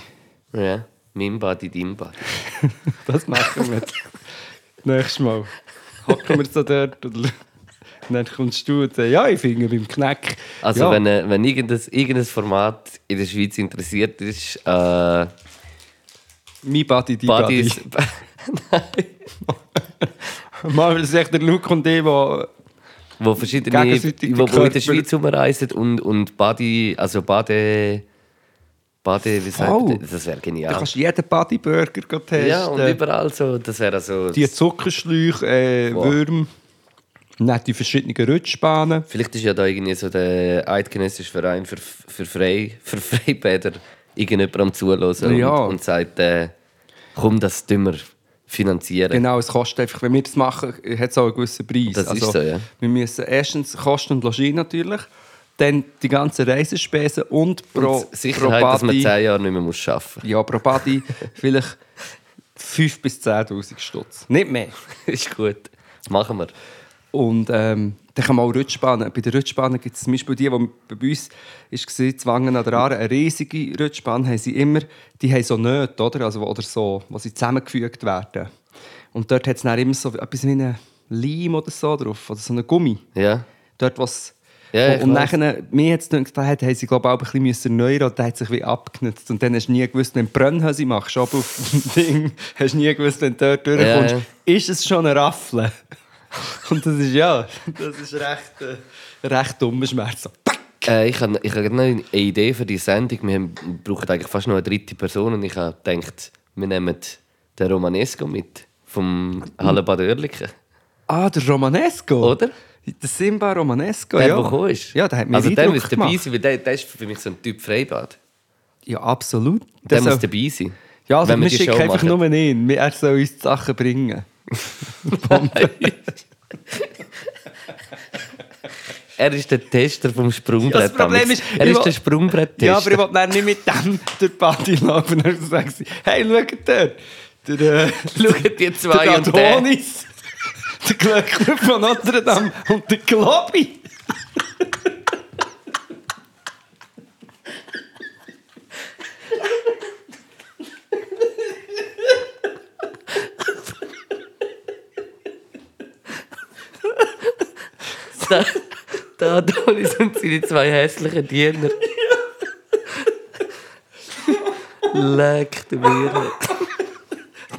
Speaker 3: Ja. Mein Bad in deinem Bad.
Speaker 4: Das machen wir. Nächstes Mal hocken wir so dort und dann kommst du und sagst, ja, ich finde beim Knack.
Speaker 3: Also
Speaker 4: ja.
Speaker 3: wenn, äh, wenn irgendein, irgendein Format in der Schweiz interessiert ist, äh,
Speaker 4: Mein Buddy, dein Buddy.
Speaker 3: Buddies,
Speaker 4: Mal, das ist echt der Luke und ich, die
Speaker 3: wo verschiedene,
Speaker 4: Gegenseitig
Speaker 3: wo, wo in
Speaker 4: Körper-
Speaker 3: der Schweiz rumreisen und, und Body, also Bade, Bade, wie sagt
Speaker 4: Voll.
Speaker 3: man das? Das wäre
Speaker 4: Du
Speaker 3: genial.
Speaker 4: kannst jeden Bodyburger go testen.
Speaker 3: Ja, und überall so, das wäre also,
Speaker 4: die Zuckerschläuche, äh,
Speaker 3: Wow.
Speaker 4: Würm, dann die verschiedenen Rutschbahnen.
Speaker 3: vielleicht ist ja da irgendwie so der eidgenössische Verein für, für, Frei, für Freibäder irgendjemand am Zuhören
Speaker 4: Ja.
Speaker 3: und, und sagt, äh, komm, das tun wir finanzieren.
Speaker 4: Genau, es kostet einfach, wenn wir das machen, hat es auch einen gewissen Preis. Also,
Speaker 3: Das ist so, ja.
Speaker 4: Wir müssen erstens Kosten und Logis natürlich, dann die ganzen Reisespesen und pro,
Speaker 3: Und Sicherheit,
Speaker 4: pro
Speaker 3: dass man
Speaker 4: Body-
Speaker 3: 10 Jahre nicht mehr muss arbeiten
Speaker 4: Ja, pro Body vielleicht 5.000 bis 10.000 Stutz. Nicht mehr.
Speaker 3: muss. ist gut. Machen wir.
Speaker 4: Und ähm, dann kann man auch Rutschbahnen. Bei den Rutschbahnen gibt es zum Beispiel die, die bei uns war, Zwangen an der Aare, eine riesige Rutschbahn, haben sie immer, die haben so Nöte, oder? Also, oder so, wo sie zusammengefügt werden. Und dort hat es dann immer so etwas wie eine Leim oder so drauf, oder so eine Gummi.
Speaker 3: Ja.
Speaker 4: Dort, was
Speaker 3: Ja, ich
Speaker 4: und
Speaker 3: weiss.
Speaker 4: nachher, mir hat es gedacht, da hat- haben sie glaube ich auch ein bisschen müssen erneuern und der hat sich wie abgenutzt. Und dann hast du nie gewusst, wenn du Brennhöse machst, aber auf dem Ding, hast du nie gewusst, wenn du dort durchkommst,
Speaker 3: Ja, ja.
Speaker 4: ist es schon eine Raffle. und das ist ja, das ist recht, äh, recht dummer Schmerz. So, pack!
Speaker 3: Äh, ich habe ich hab noch eine Idee für die Sendung. Wir haben, brauchen eigentlich fast noch eine dritte Person. Und ich habe gedacht, wir nehmen den Romanesco mit. Vom Hallenbad Oerlikon.
Speaker 4: Ah, der Romanesco.
Speaker 3: Oder?
Speaker 4: Der Simba Romanesco,
Speaker 3: Der,
Speaker 4: ja.
Speaker 3: der gekommen ist.
Speaker 4: Ja, der hat mir
Speaker 3: Also der
Speaker 4: Eindruck
Speaker 3: muss dabei
Speaker 4: gemacht.
Speaker 3: sein, weil der, der ist für mich so ein Typ Freibad.
Speaker 4: Ja, absolut.
Speaker 3: Der muss
Speaker 4: soll-
Speaker 3: dabei sein.
Speaker 4: ja, also
Speaker 3: wenn wir die
Speaker 4: wir schicken
Speaker 3: Show
Speaker 4: einfach
Speaker 3: machen.
Speaker 4: nur ihn. Wir- Er soll uns die Sachen bringen.
Speaker 3: Er ist der Tester vom Sprungbrett.
Speaker 4: Ja, das Problem
Speaker 3: Amix.
Speaker 4: ist,
Speaker 3: er
Speaker 4: ich
Speaker 3: ist
Speaker 4: will-
Speaker 3: der Sprungbrett-Tester.
Speaker 4: Ja, aber ich will dann nicht mit dem durch die Party laufen. Dann sagen sie, hey, schaut dort. Der, äh,
Speaker 3: Schaut die zwei
Speaker 4: der
Speaker 3: und der.
Speaker 4: Adonis, der Glöckner von Notre Dame und der Globi.
Speaker 3: Da, da Adonis und seine zwei hässlichen Diener. Leck die Birne.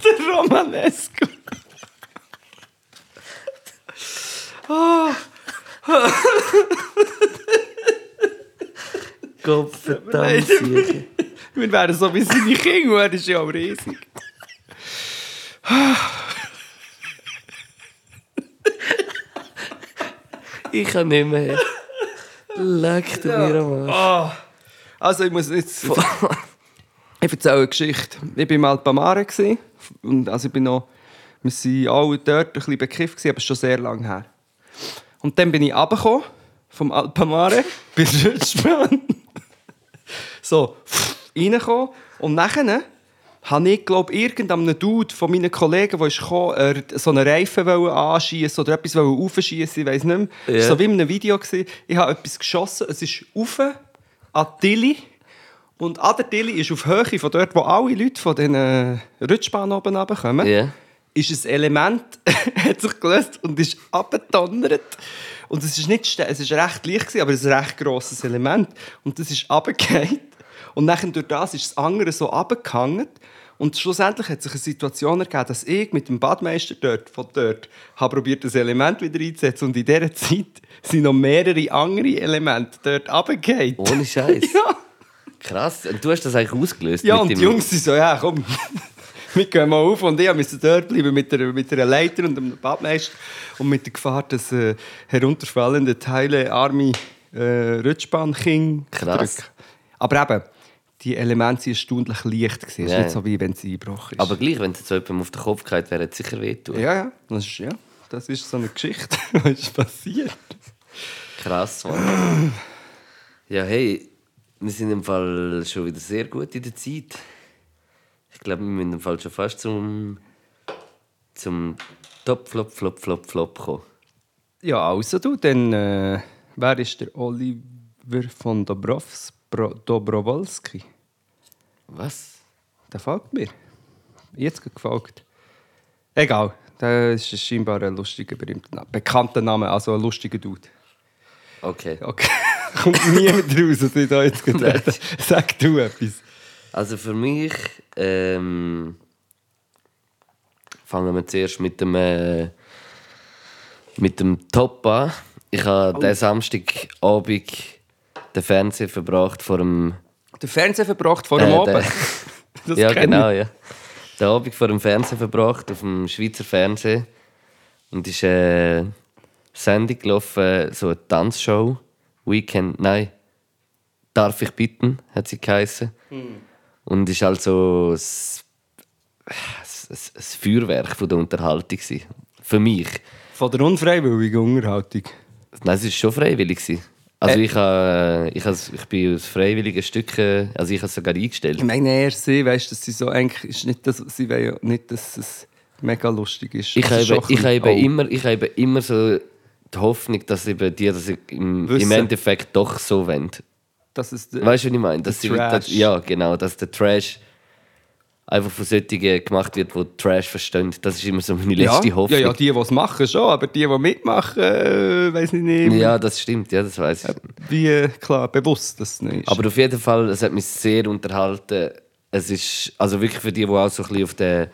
Speaker 4: Der Romanesco.
Speaker 3: Gott verdammt. Sieche.
Speaker 4: Wir wären so wie seine Kinder, und er ist ja auch riesig.
Speaker 3: Ich kann nicht mehr. Leck die Birne, Mann.
Speaker 4: Also ich muss jetzt... Ich erzähle eine Geschichte. Ich war mal bei Mare. gewesen. Und also ich bin noch, wir waren alle dort ein bisschen bekifft, gewesen, aber schon sehr lange her. Und dann bin ich runtergekommen vom Alpamare bei Rutschmann. so, reingekommen. Und nachher habe ich, glaube ich, irgendeinem Dude von meinen Kollegen, der kam, er so einen Reifen wollte anschiessen oder etwas wollte aufschiessen, ich weiß nicht mehr.
Speaker 3: Ja.
Speaker 4: Es war So wie in einem Video. Gewesen. Ich habe etwas geschossen, es ist rauf an die Tilly. Und an der Tilly ist auf Höhe von dort, wo alle Leute von den äh, Rutschbahnen oben runterkommen
Speaker 3: Ja.
Speaker 4: ist ein Element, hat sich gelöst und ist abgedonnert. Und es ist nicht ste- es ist recht leicht, gewesen, aber es ist ein recht grosses Element. Und das ist abgegangen. Und nachher durch das ist das andere so abgehangen. Und schlussendlich hat sich eine Situation ergeben, dass ich mit dem Badmeister dort, von dort, habe probiert, das Element wieder einzusetzen. Und in dieser Zeit sind noch mehrere andere Elemente dort abgegangen.
Speaker 3: Ohne Scheiß.
Speaker 4: Ja.
Speaker 3: Krass. Und du hast das eigentlich ausgelöst
Speaker 4: Ja,
Speaker 3: mit
Speaker 4: und die
Speaker 3: dem
Speaker 4: Jungs sind so, ja, komm, wir gehen mal auf. Und ich musste dort bleiben mit einer, mit einer Leiter und einem Badmeister und mit der Gefahr, dass äh, herunterfallende Teile arme äh, Rutschbahnkinder
Speaker 3: Krass.
Speaker 4: drücken. Aber eben, die Elemente waren erstaunlich leicht. Es ist
Speaker 3: Ja,
Speaker 4: nicht
Speaker 3: ja.
Speaker 4: so, wie wenn es eingebrochen ist.
Speaker 3: Aber gleich, wenn es jetzt jemandem auf den Kopf geht, wäre es sicher wehtun.
Speaker 4: ja, ja, das ist, ja, das ist so eine Geschichte, was ist passiert.
Speaker 3: Krass, Mann. ja, hey, wir sind im Fall schon wieder sehr gut in der Zeit. Ich glaube, wir müssen im Fall schon fast zum, zum Top, Flop, Flop, Flop, Flop kommen.
Speaker 4: Ja, also du, dann, äh, wer ist der Oliver von Dobrovs, Bro, Dobrowolski?
Speaker 3: Was?
Speaker 4: Der folgt mir. Jetzt gerade gefolgt. Egal, der ist scheinbar ein lustiger, berühmter Name. Bekannter Name, also ein lustiger Dude.
Speaker 3: Okay.
Speaker 4: Okay. Kommt niemand raus, dass ich da jetzt gerade rede. Sag du etwas.
Speaker 3: Also für mich ähm, fangen wir zuerst mit dem, äh, mit dem Top an. Ich habe diesen Samstagabend den Fernseher verbracht vor dem
Speaker 4: Der Fernseher verbracht vor dem
Speaker 3: Äh,
Speaker 4: Abend.
Speaker 3: der-
Speaker 4: Das
Speaker 3: ja,
Speaker 4: kenn
Speaker 3: genau, ja. Den Abend vor dem Fernsehen verbracht, auf dem Schweizer Fernsehen. Und ist äh, Sendung gelaufen, so eine Tanzshow. Weekend, nein. Darf ich bitten, hat sie geheißen. Und ist also das, das, das Feuerwerk von der Unterhaltung. Gewesen. Für mich.
Speaker 4: Ich. Von der unfreiwilligen Unterhaltung.
Speaker 3: Nein, es war schon freiwillig. gewesen. Also ich, habe, ich, habe, ich bin aus freiwilligen Stücken, also ich habe es sogar eingestellt.
Speaker 4: Ich meine, eher sie, weißt du, dass sie so eigentlich ist nicht, dass sie wollen ja nicht, dass es mega lustig ist.
Speaker 3: Ich
Speaker 4: Das ist
Speaker 3: habe,
Speaker 4: schon ein
Speaker 3: ich,
Speaker 4: bisschen-
Speaker 3: habe
Speaker 4: oh.
Speaker 3: immer, ich habe immer so die Hoffnung, dass eben die das im, im
Speaker 4: Wissen.
Speaker 3: Endeffekt doch so wollen.
Speaker 4: Das ist
Speaker 3: Weißt du, was ich meine? Dass
Speaker 4: Der
Speaker 3: sie-
Speaker 4: Trash.
Speaker 3: dass- ja, genau. Dass der Trash einfach von solchen gemacht wird, die Trash verstehen. Das ist immer so meine letzte
Speaker 4: ja, ja,
Speaker 3: Hoffnung.
Speaker 4: ja, die, die es machen, schon, aber die, die mitmachen, äh, weiß ich nicht.
Speaker 3: Ja, das stimmt, ja, das weiß ich.
Speaker 4: Wie äh, klar, bewusst, dass es nicht ist.
Speaker 3: Aber auf jeden Fall, es hat mich sehr unterhalten. Es ist, also wirklich für die, die auch so ein bisschen auf den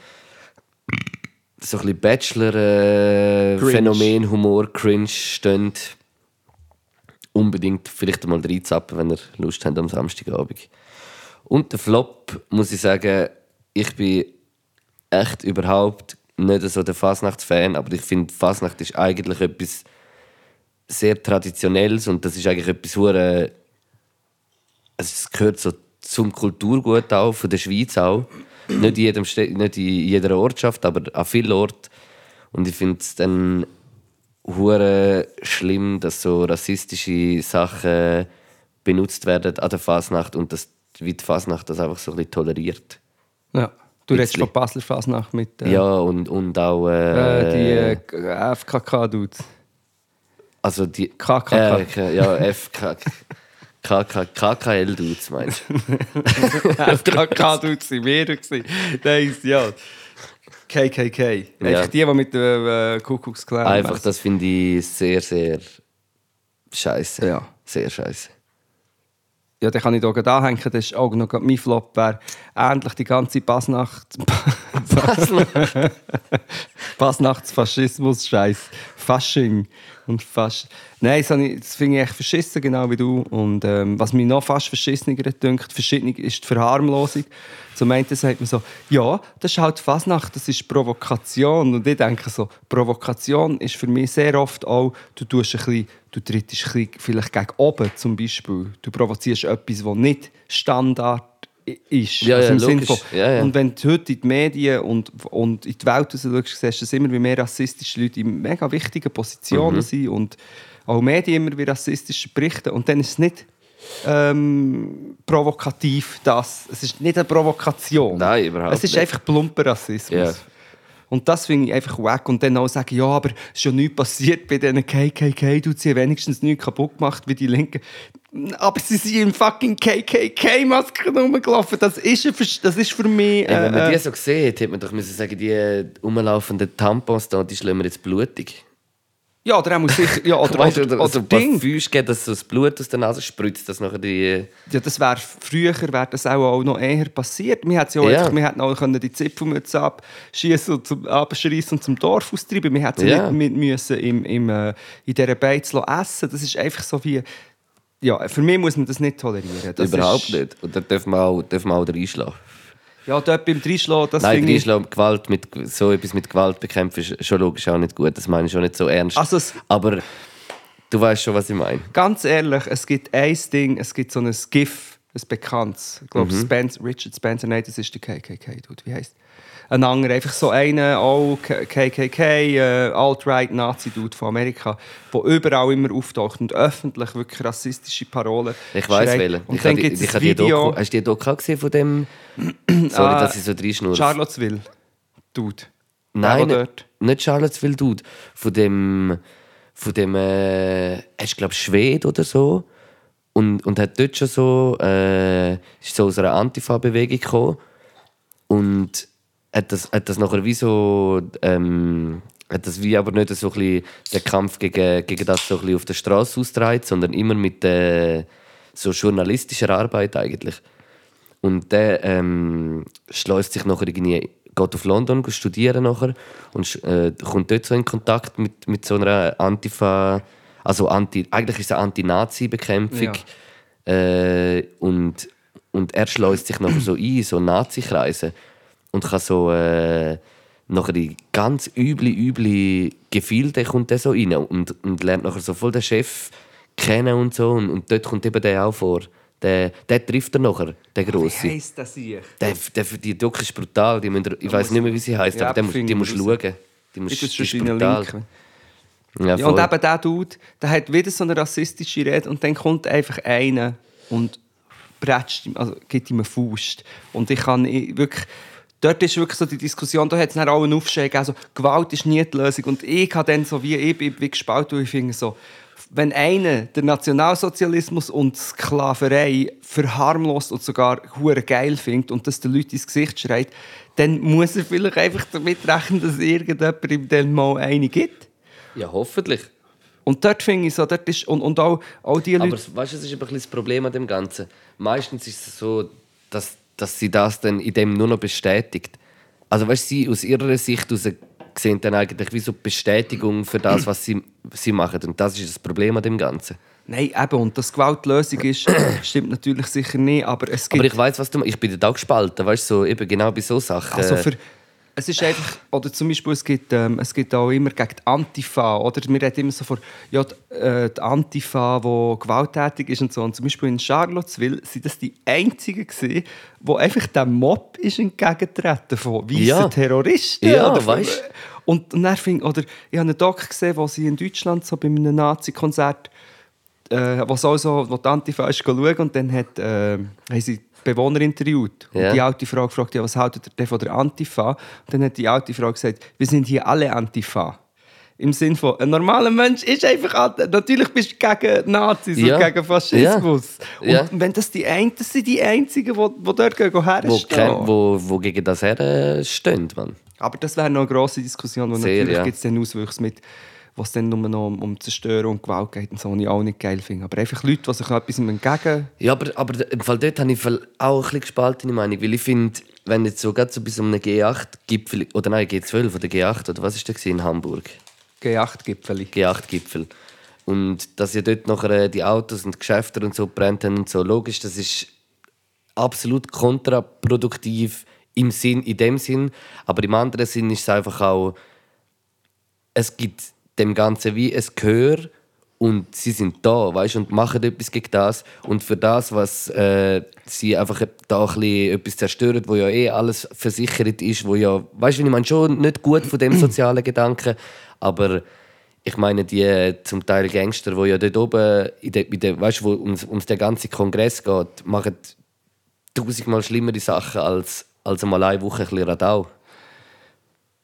Speaker 3: so ein bisschen
Speaker 4: Cringe.
Speaker 3: Bachelor-Phänomen, Humor, Cringe stehen, unbedingt vielleicht mal reinzappen, wenn ihr Lust habt am Samstagabend. Und der Flop, muss ich sagen, ich bin echt überhaupt nicht so der Fasnacht-Fan, aber ich finde, Fasnacht ist eigentlich etwas sehr Traditionelles und das ist eigentlich etwas hure also es gehört so zum Kulturgut auch, von der Schweiz auch. Nicht in, jedem Städ- nicht in jeder Ortschaft, aber an vielen Orten. Und ich finde es dann hure schlimm, dass so rassistische Sachen benutzt werden an der Fasnacht und dass wie die Fasnacht das einfach so ein bisschen toleriert.
Speaker 4: Ja. Du redest
Speaker 3: Bisschen.
Speaker 4: von Basler Fasnacht mit
Speaker 3: Ja,
Speaker 4: äh,
Speaker 3: und, und auch...
Speaker 4: äh, die
Speaker 3: Äh,
Speaker 4: äh, K- FKK-Dudes.
Speaker 3: also die...
Speaker 4: KKK.
Speaker 3: Äh, K- ja, FK... KK KKL, du meinst
Speaker 4: FKK-Dudes waren wir. gewesen. Das ist ja. KKK.
Speaker 3: Ja.
Speaker 4: Echt die, die mit dem äh, Kuckucksklan.
Speaker 3: Einfach, das finde ich sehr, sehr scheiße.
Speaker 4: Ja.
Speaker 3: Sehr scheiße.
Speaker 4: Ja, den kann ich hier gleich anhängen. Das ist auch noch gerade mein Flop. Wäre endlich die ganze Pasnacht. Pasnachtsfaschismus, Scheiß. Fasching. Und Fasch. Nein, das, habe ich- das finde ich echt verschissen, genau wie du. Und ähm, was mich noch fast verschissener dünkt, verschiedener ist die Verharmlosung. Zum einen sagt man so, ja, das ist halt Fasnacht, das ist Provokation. Und ich denke so, Provokation ist für mich sehr oft auch, du tust ein bisschen, du trittst ein bisschen vielleicht gegen oben zum Beispiel. Du provozierst etwas, was nicht Standard i- ist. Also
Speaker 3: Ja, ja,
Speaker 4: im Sinn
Speaker 3: logisch.
Speaker 4: von-
Speaker 3: Ja, ja.
Speaker 4: Und wenn du heute in die Medien und, und in die Welt raus schaust, siehst du dass immer, wie mehr rassistische Leute in mega wichtigen Positionen
Speaker 3: Mhm.
Speaker 4: sind und auch Medien immer wie rassistisch berichten. Und dann ist es nicht ähm, provokativ, das. Es ist nicht eine Provokation.
Speaker 3: Nein, überhaupt
Speaker 4: Es ist
Speaker 3: nicht.
Speaker 4: einfach plumper Rassismus.
Speaker 3: Ja.
Speaker 4: Und das finde ich einfach wack. Und dann auch sagen, ja, aber es ist ja nichts passiert bei diesen KKK, du sie haben wenigstens nichts kaputt gemacht wie die Linken. Aber sie sind in fucking KKK-Masken rumgelaufen. Das ist, ein Versch- das ist für mich.
Speaker 3: Ey, wenn man
Speaker 4: Äh,
Speaker 3: die
Speaker 4: äh,
Speaker 3: so sieht, hätte man doch müssen sagen, die äh, rumlaufenden Tampons da, die schlagen wir jetzt blutig.
Speaker 4: ja, oder er muss sicher. Ja, oder,
Speaker 3: Weißt
Speaker 4: oder,
Speaker 3: du,
Speaker 4: oder,
Speaker 3: so ein paar
Speaker 4: Ding.
Speaker 3: Füße geben, dass so das Blut aus der Nase spritzt, dass nachher die... äh,
Speaker 4: Ja, das wäre früher wär das auch, auch noch eher passiert. Wir hätten ja auch
Speaker 3: Ja.
Speaker 4: einfach, wir hätten auch können die Zipfelmütze abschießen und zum, abschreissen und zum Dorf austreiben. Wir hätten sie
Speaker 3: Ja.
Speaker 4: nicht mit müssen im, im, äh, in dieser Beiz essen. Das ist einfach so wie. Ja, für mich muss man das nicht tolerieren. Das
Speaker 3: Überhaupt
Speaker 4: ist,
Speaker 3: nicht. Und da dürfen wir auch, dürfen wir auch reinschlagen.
Speaker 4: Ja, dort beim Dreischlagen, das
Speaker 3: Nein,
Speaker 4: finde ich.
Speaker 3: reinschlagen, Gewalt mit, so etwas mit Gewalt bekämpfen ist schon logisch auch nicht gut. Das meine ich schon nicht so ernst.
Speaker 4: Also es-
Speaker 3: Aber du weißt schon, was ich meine.
Speaker 4: Ganz ehrlich, es gibt ein Ding, es gibt so ein GIF, ein bekanntes. Ich
Speaker 3: Mhm.
Speaker 4: glaube, Spence, Richard Spencer, nein, das ist der KKK, dude, wie heißt Ein anderer, einfach so einer, auch K- KKK, äh, Alt-Right, Nazi-Dude von Amerika, der überall immer auftaucht und öffentlich wirklich rassistische Parolen
Speaker 3: Ich weiß
Speaker 4: schreit.
Speaker 3: welchen.
Speaker 4: Und
Speaker 3: ich
Speaker 4: dann
Speaker 3: habe die-
Speaker 4: gibt es
Speaker 3: ich
Speaker 4: ein
Speaker 3: habe die
Speaker 4: Video,
Speaker 3: Doku, Also, hast du die Doku auch gesehen von dem? Sorry,
Speaker 4: Ah,
Speaker 3: dass ich so reinschnurre.
Speaker 4: Charlottesville, Dude.
Speaker 3: Nein,
Speaker 4: Aber
Speaker 3: nicht, nicht Charlottesville, Dude. Von dem, von dem, äh, er ist glaube Schwed oder so. Und, und hat dort schon so, äh, ist so aus einer Antifa-Bewegung gekommen. Und hat das, hat das nachher wie so, ähm, hat das wie aber nicht so ein bisschen den Kampf gegen, gegen das so ein bisschen auf der Straße ausgetragen, sondern immer mit äh, so journalistischer Arbeit eigentlich. Und der ähm, schleust sich nachher irgendwie, geht auf London, geht studieren nachher und sch- äh, kommt dort so in Kontakt mit, mit so einer Antifa, also Anti, eigentlich ist es eine Anti-Nazi-Bekämpfung. Äh, und, und er schleust sich nachher so ein, in so Nazi-Kreise und kann so äh, nachher in ganz üble, üble Gefilde kommt der so rein und, und lernt nachher so voll den Chef kennen und so und, und dort kommt eben der auch vor. Der, der trifft er nachher, der
Speaker 4: Wie
Speaker 3: Grosse.
Speaker 4: heisst das hier?
Speaker 3: Der, der, die Doku ist brutal, die müsst ihr, ich weiß nicht mehr, wie sie heißt,
Speaker 4: Ja,
Speaker 3: aber den
Speaker 4: aber
Speaker 3: musst- die
Speaker 4: finden
Speaker 3: musst du
Speaker 4: wir raus.
Speaker 3: schauen. Die musst,
Speaker 4: Ich
Speaker 3: die
Speaker 4: ist
Speaker 3: ist
Speaker 4: schon einen
Speaker 3: brutal.
Speaker 4: Link.
Speaker 3: Ja,
Speaker 4: Ja, und
Speaker 3: voll.
Speaker 4: eben der Dude, der hat wieder so eine rassistische Rede und dann kommt einfach einer und bretscht ihm, also gibt ihm eine Faust. Und ich kann i- wirklich... Dort ist wirklich so die Diskussion, da hat es dann auch einen Aufschrei gegeben, also Gewalt ist nie die Lösung. Und ich habe dann so wie, ich bin wie gespalten, weil ich finde so, wenn einer den Nationalsozialismus und die Sklaverei verharmlost und sogar hure geil findet und das den Leuten ins Gesicht schreit, dann muss er vielleicht einfach damit rechnen, dass irgendjemand ihm dann mal eine gibt.
Speaker 3: ja, hoffentlich.
Speaker 4: Und dort finde ich so, dort ist, und, und auch, auch die
Speaker 3: Aber
Speaker 4: Leute,
Speaker 3: es- weißt, du, es ist ein bisschen das Problem an dem Ganzen. Meistens ist es so, dass, dass sie das dann in dem nur noch bestätigt. Also weißt, du, sie aus ihrer Sicht aus sehen dann eigentlich wie so die Bestätigung für das, was sie, sie machen. Und das ist das Problem an dem Ganzen.
Speaker 4: nein, eben, und dass Gewalt die Lösung ist, stimmt natürlich sicher nicht, aber es gibt,
Speaker 3: Aber ich weiß, was du meinst. Ich bin da auch gespalten, weißt du, so, eben genau bei so Sachen.
Speaker 4: also für, Es ist einfach, oder zum Beispiel, es gibt, ähm, es gibt auch immer gegen die Antifa, oder wir reden immer so von, ja, die, äh, die Antifa, die gewalttätig ist und so. Und zum Beispiel in Charlottesville sind das die Einzigen gewesen, wo einfach der Mob ist entgegentreten von weißen
Speaker 3: Ja.
Speaker 4: Terroristen.
Speaker 3: Ja,
Speaker 4: oder von-
Speaker 3: weisst.
Speaker 4: Und, und dann fing, oder ich habe einen Doc gesehen, wo sie in Deutschland so bei einem Nazi-Konzert äh, was also, wo die Antifa ist, schauen und dann hat, äh, haben sie die Bewohner interviewt.
Speaker 3: Ja.
Speaker 4: Und die alte Frau gefragt, ja, was haltet ihr denn von der Antifa? Und dann hat die alte Frau gesagt, wir sind hier alle Antifa. Im Sinn von, ein normaler Mensch ist einfach, an- natürlich bist du gegen Nazis
Speaker 3: Ja.
Speaker 4: und gegen Faschismus. Und
Speaker 3: Ja.
Speaker 4: wenn das die einen, das sind die Einzigen, die, die dort gehen, herstehen.
Speaker 3: wo, kein, wo, wo gegen das her äh, stehen, Mann.
Speaker 4: Aber das wäre noch eine grosse Diskussion, weil
Speaker 3: Sehr,
Speaker 4: natürlich
Speaker 3: ja.
Speaker 4: gibt es dann Auswüchse mit, was dann nur noch um, um Zerstörung und Gewalt geht und so, was ich auch nicht geil finde. Aber einfach Leute, die sich etwas entgegen...
Speaker 3: Ja, aber, aber im Fall dort habe ich im Fall auch ein bisschen gespaltene Meinung, weil ich finde, wenn jetzt so gerade so bis um einen G8-Gipfel, oder nein, G12 oder G8, oder was ist der gewesen in Hamburg?
Speaker 4: G8-Gipfeli.
Speaker 3: G8-Gipfel. Und dass ja dort nachher äh, die Autos und Geschäfte und so brennt haben und so, logisch, das ist absolut kontraproduktiv im Sinn, in dem Sinn. Aber im anderen Sinn ist es einfach auch, es gibt dem Ganzen wie ein Gehör und sie sind da, weißt und machen etwas gegen das. Und für das, was äh, sie einfach da ein bisschen etwas zerstören, wo ja eh alles versichert ist, wo ja, weißt du, ich meine, schon nicht gut von dem sozialen Gedanken, aber ich meine, die äh, zum Teil Gangster, die ja dort oben, in der, in der, weißt du, wo ums, ums den ganzen Kongress geht, machen tausendmal schlimmere Sachen als, als einmal eine Woche ein bisschen Radau.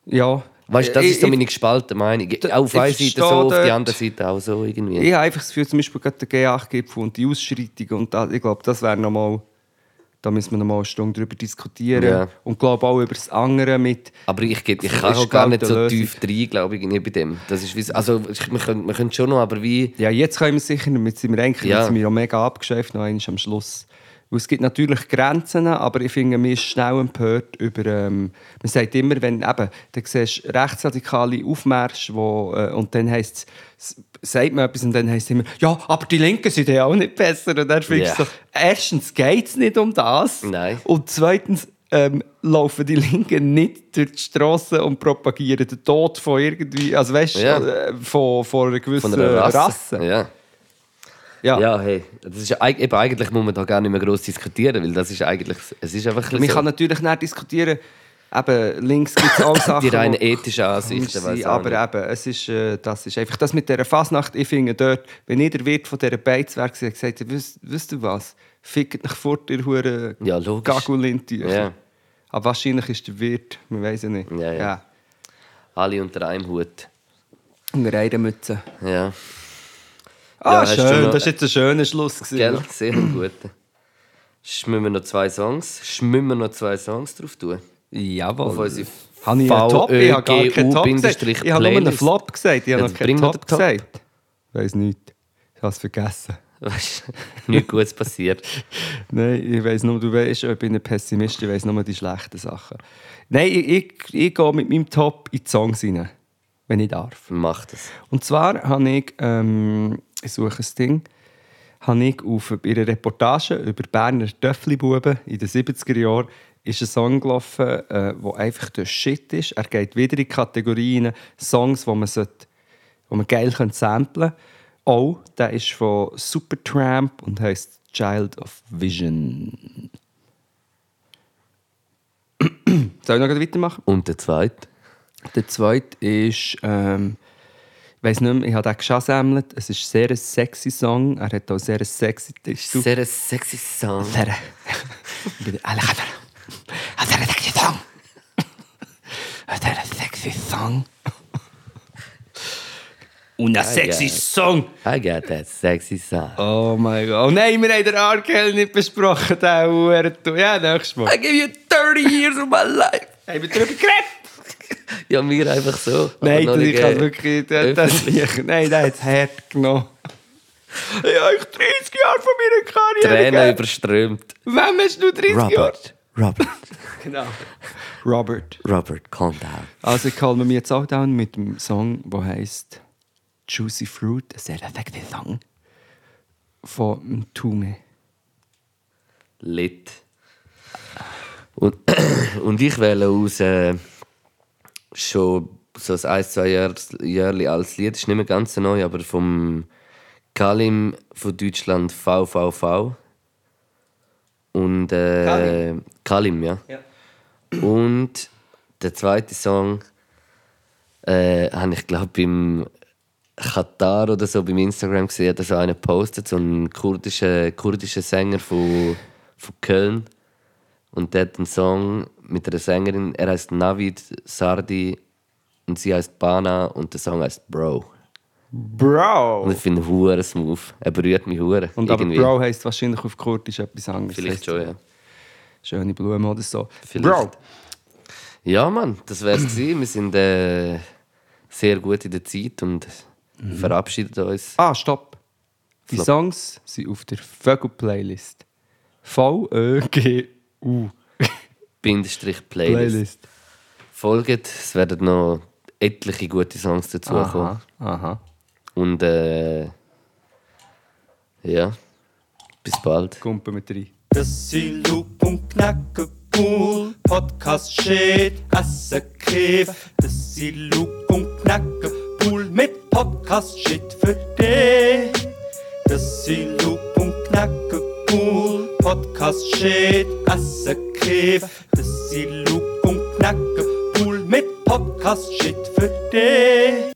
Speaker 4: Ja.
Speaker 3: Weißt du, das
Speaker 4: Ich-
Speaker 3: ist so
Speaker 4: ich-
Speaker 3: meine gespaltene Meinung.
Speaker 4: Da-
Speaker 3: Auf
Speaker 4: ich
Speaker 3: eine Seite so,
Speaker 4: verstehe
Speaker 3: auf
Speaker 4: dort-
Speaker 3: die andere Seite auch so irgendwie.
Speaker 4: Ich habe einfach das Gefühl, zum Beispiel gerade der G8-Gipfel und die Ausschreitungen und das, ich glaube, das wäre nochmal... Da müssen wir nochmal eine Stunde darüber diskutieren.
Speaker 3: Ja.
Speaker 4: Und glaube auch über das andere mit...
Speaker 3: Aber ich, geb- ich
Speaker 4: Das
Speaker 3: kann
Speaker 4: ist
Speaker 3: auch gar
Speaker 4: kalte
Speaker 3: nicht so
Speaker 4: Lösung.
Speaker 3: tief rein, glaube ich, irgendwie bei dem. Das ist wie, also, ich, wir, können, wir können schon noch, aber wie...
Speaker 4: Ja, jetzt können wir sicher nicht. Jetzt sind wir eigentlich
Speaker 3: Ja.
Speaker 4: jetzt sind wir ja mega abgeschäft, noch einmal am Schluss. Weil es gibt natürlich Grenzen, aber ich finde, mir ist schnell empört über... Ähm, man sagt immer, wenn eben, dann siehst du rechtsradikale Aufmärsche, wo, äh, und dann heisst es, sagt man etwas und dann heisst es immer, ja, aber die Linken sind ja auch nicht besser. Und dann finde ich
Speaker 3: Ja.
Speaker 4: so, erstens geht es nicht um das.
Speaker 3: Nein.
Speaker 4: Und zweitens ähm, laufen die Linken nicht durch die Straßen und propagieren den Tod von irgendwie, also weißt du,
Speaker 3: Ja.
Speaker 4: äh, von, von einer gewissen
Speaker 3: Von einer Rasse. Ja.
Speaker 4: ja.
Speaker 3: ja, hey. Das ist, ja eig- eben, eigentlich muss man da gar nicht mehr gross diskutieren, weil das ist eigentlich... Es ist einfach ein
Speaker 4: Man
Speaker 3: bisschen
Speaker 4: kann natürlich nicht diskutieren, eben links gibt es auch
Speaker 3: so,
Speaker 4: Sachen,
Speaker 3: die E- reinen
Speaker 4: die
Speaker 3: ethischen
Speaker 4: komisch
Speaker 3: Ansichten.
Speaker 4: sind,
Speaker 3: weiss auch
Speaker 4: aber
Speaker 3: nicht.
Speaker 4: eben, es ist, äh, das ist einfach das mit dieser Fasnacht, ich finde dort, wenn ich der Wirt von dieser Beiz wäre, hätte ich gesagt, wisst, wisst ihr was, fickt euch fort, ihr Huren
Speaker 3: Ja, logisch.
Speaker 4: Gagulintücher.
Speaker 3: Ja.
Speaker 4: Aber wahrscheinlich ist der Wirt, man weiß es nicht.
Speaker 3: Ja, ja. Alle unter einem Hut.
Speaker 4: Eine Reidenmütze.
Speaker 3: Ja,
Speaker 4: Ah,
Speaker 3: hast du
Speaker 4: schön,
Speaker 3: noch-
Speaker 4: das war jetzt ein schöner Schluss. gewesen.
Speaker 3: gell? Sehr gut. Schmüssen wir noch zwei Songs? Schmüssen wir noch zwei Songs drauf tun?
Speaker 4: Jawohl.
Speaker 3: Auf unsere
Speaker 4: Habe ich einen Top? Ich habe gar keinen Top gesagt.
Speaker 3: VÖGU-Playlist.
Speaker 4: Ich habe nur einen Flop gesagt. Ich
Speaker 3: Ja,
Speaker 4: habe noch
Speaker 3: dann
Speaker 4: keinen
Speaker 3: bring mir
Speaker 4: Top,
Speaker 3: den Top.
Speaker 4: gesagt. Ich weiss nicht. Ich habe es vergessen.
Speaker 3: Weißt du, nichts Gutes passiert.
Speaker 4: Nein, ich weiss nur, du weißt, ich bin ein Pessimist, ich weiss nur die schlechten Sachen. Nein, ich, ich, ich gehe mit meinem Top in die Songs rein, wenn ich darf.
Speaker 3: Mach das.
Speaker 4: Und zwar habe ich, ähm, ich suche ein Ding, habe ich auf ihrer Reportage über Berner Töffli-Buben in den 70er Jahren ist ein Song gelaufen, äh, der einfach der Shit ist. Er geht wieder in Kategorien Songs, die man, sollte, wo man geil könnte samplen könnte. Auch, der ist von Supertramp und heißt «Child of Vision». Soll ich noch gleich weitermachen?
Speaker 3: Und der zweite?
Speaker 4: Der zweite ist, ähm, ich weiß nicht mehr, ich habe den geschasammelt. Es ist sehr ein sexy Song. Er hat auch sehr ein sexy Text.
Speaker 3: Sehr ein sexy Song.
Speaker 4: Sehr. Ich bin Alejandro. Ein sehr sexy Song. Ein sehr sexy Song. Una sexy Song.
Speaker 3: I got that sexy song.
Speaker 4: Oh mein Gott. Oh nein, wir haben den R. Kelly nicht besprochen. Der Hurentu- Ja, nächstes Mal.
Speaker 3: I give you 30 years of my life.
Speaker 4: Haben wir darüber geredet?
Speaker 3: Ja, mir einfach so. aber
Speaker 4: Nein,
Speaker 3: noch
Speaker 4: das,
Speaker 3: nicht,
Speaker 4: ich kann
Speaker 3: äh,
Speaker 4: wirklich. Das, das, nein, der hat es hart genommen. Ich habe euch 30 Jahre von meiner Karriere.
Speaker 3: Tränen
Speaker 4: gegeben.
Speaker 3: überströmt.
Speaker 4: Wem hast du 30 Jahre?
Speaker 3: Robert, Robert,
Speaker 4: Genau. Robert.
Speaker 3: Robert, calm down.
Speaker 4: Also, ich calme mich jetzt auch down mit dem Song, der heißt Juicy Fruit, ein sehr effektiver Song. Von Tume.
Speaker 3: Lit. Und, und ich wähle aus äh, schon so ein, ein zwei Jahr, Jahre altes Lied. Ist nicht mehr ganz so neu, aber vom Kalim von Deutschland VVV. Und äh, Kalim. ja. Und der zweite Song äh, habe ich, glaube im Katar oder so beim Instagram gesehen, hat da so einen postet, so ein kurdischer, kurdischer Sänger von, von Köln. Und der hat einen Song mit einer Sängerin, er heißt Navid Sardi und sie heißt Bana und der Song heißt Bro.
Speaker 4: Bro!
Speaker 3: Und ich finde ihn hure smooth. Er berührt mich hure.
Speaker 4: Und aber Bro heisst wahrscheinlich auf Kurdisch etwas anderes.
Speaker 3: Vielleicht
Speaker 4: Heisst
Speaker 3: schon, ja.
Speaker 4: Schöne Blume oder so.
Speaker 3: Vielleicht.
Speaker 4: Bro!
Speaker 3: Ja, Mann, das wär's gewesen. Wir sind äh, sehr gut in der Zeit und verabschieden uns.
Speaker 4: Ah, stopp! Die
Speaker 3: Flop.
Speaker 4: Songs sind auf der Vögel-Playlist. V-E-G-U.
Speaker 3: Bindestrich Playlist.
Speaker 4: Playlist.
Speaker 3: Folgt, es werden noch etliche gute Songs dazu kommen.
Speaker 4: Aha, aha.
Speaker 3: Und äh, ja, bis bald.
Speaker 4: Kumpen mit rein.
Speaker 1: Das sind Loop und Knacken cool. Podcast shit, Essen Kiff. Das sind Loop und Knacken cool mit Podcast shit für dich. Das sind Loop und Knacken cool. Podcast shit, Essen Kiff. Das sind Loop und Knacken cool mit Podcast shit für dich.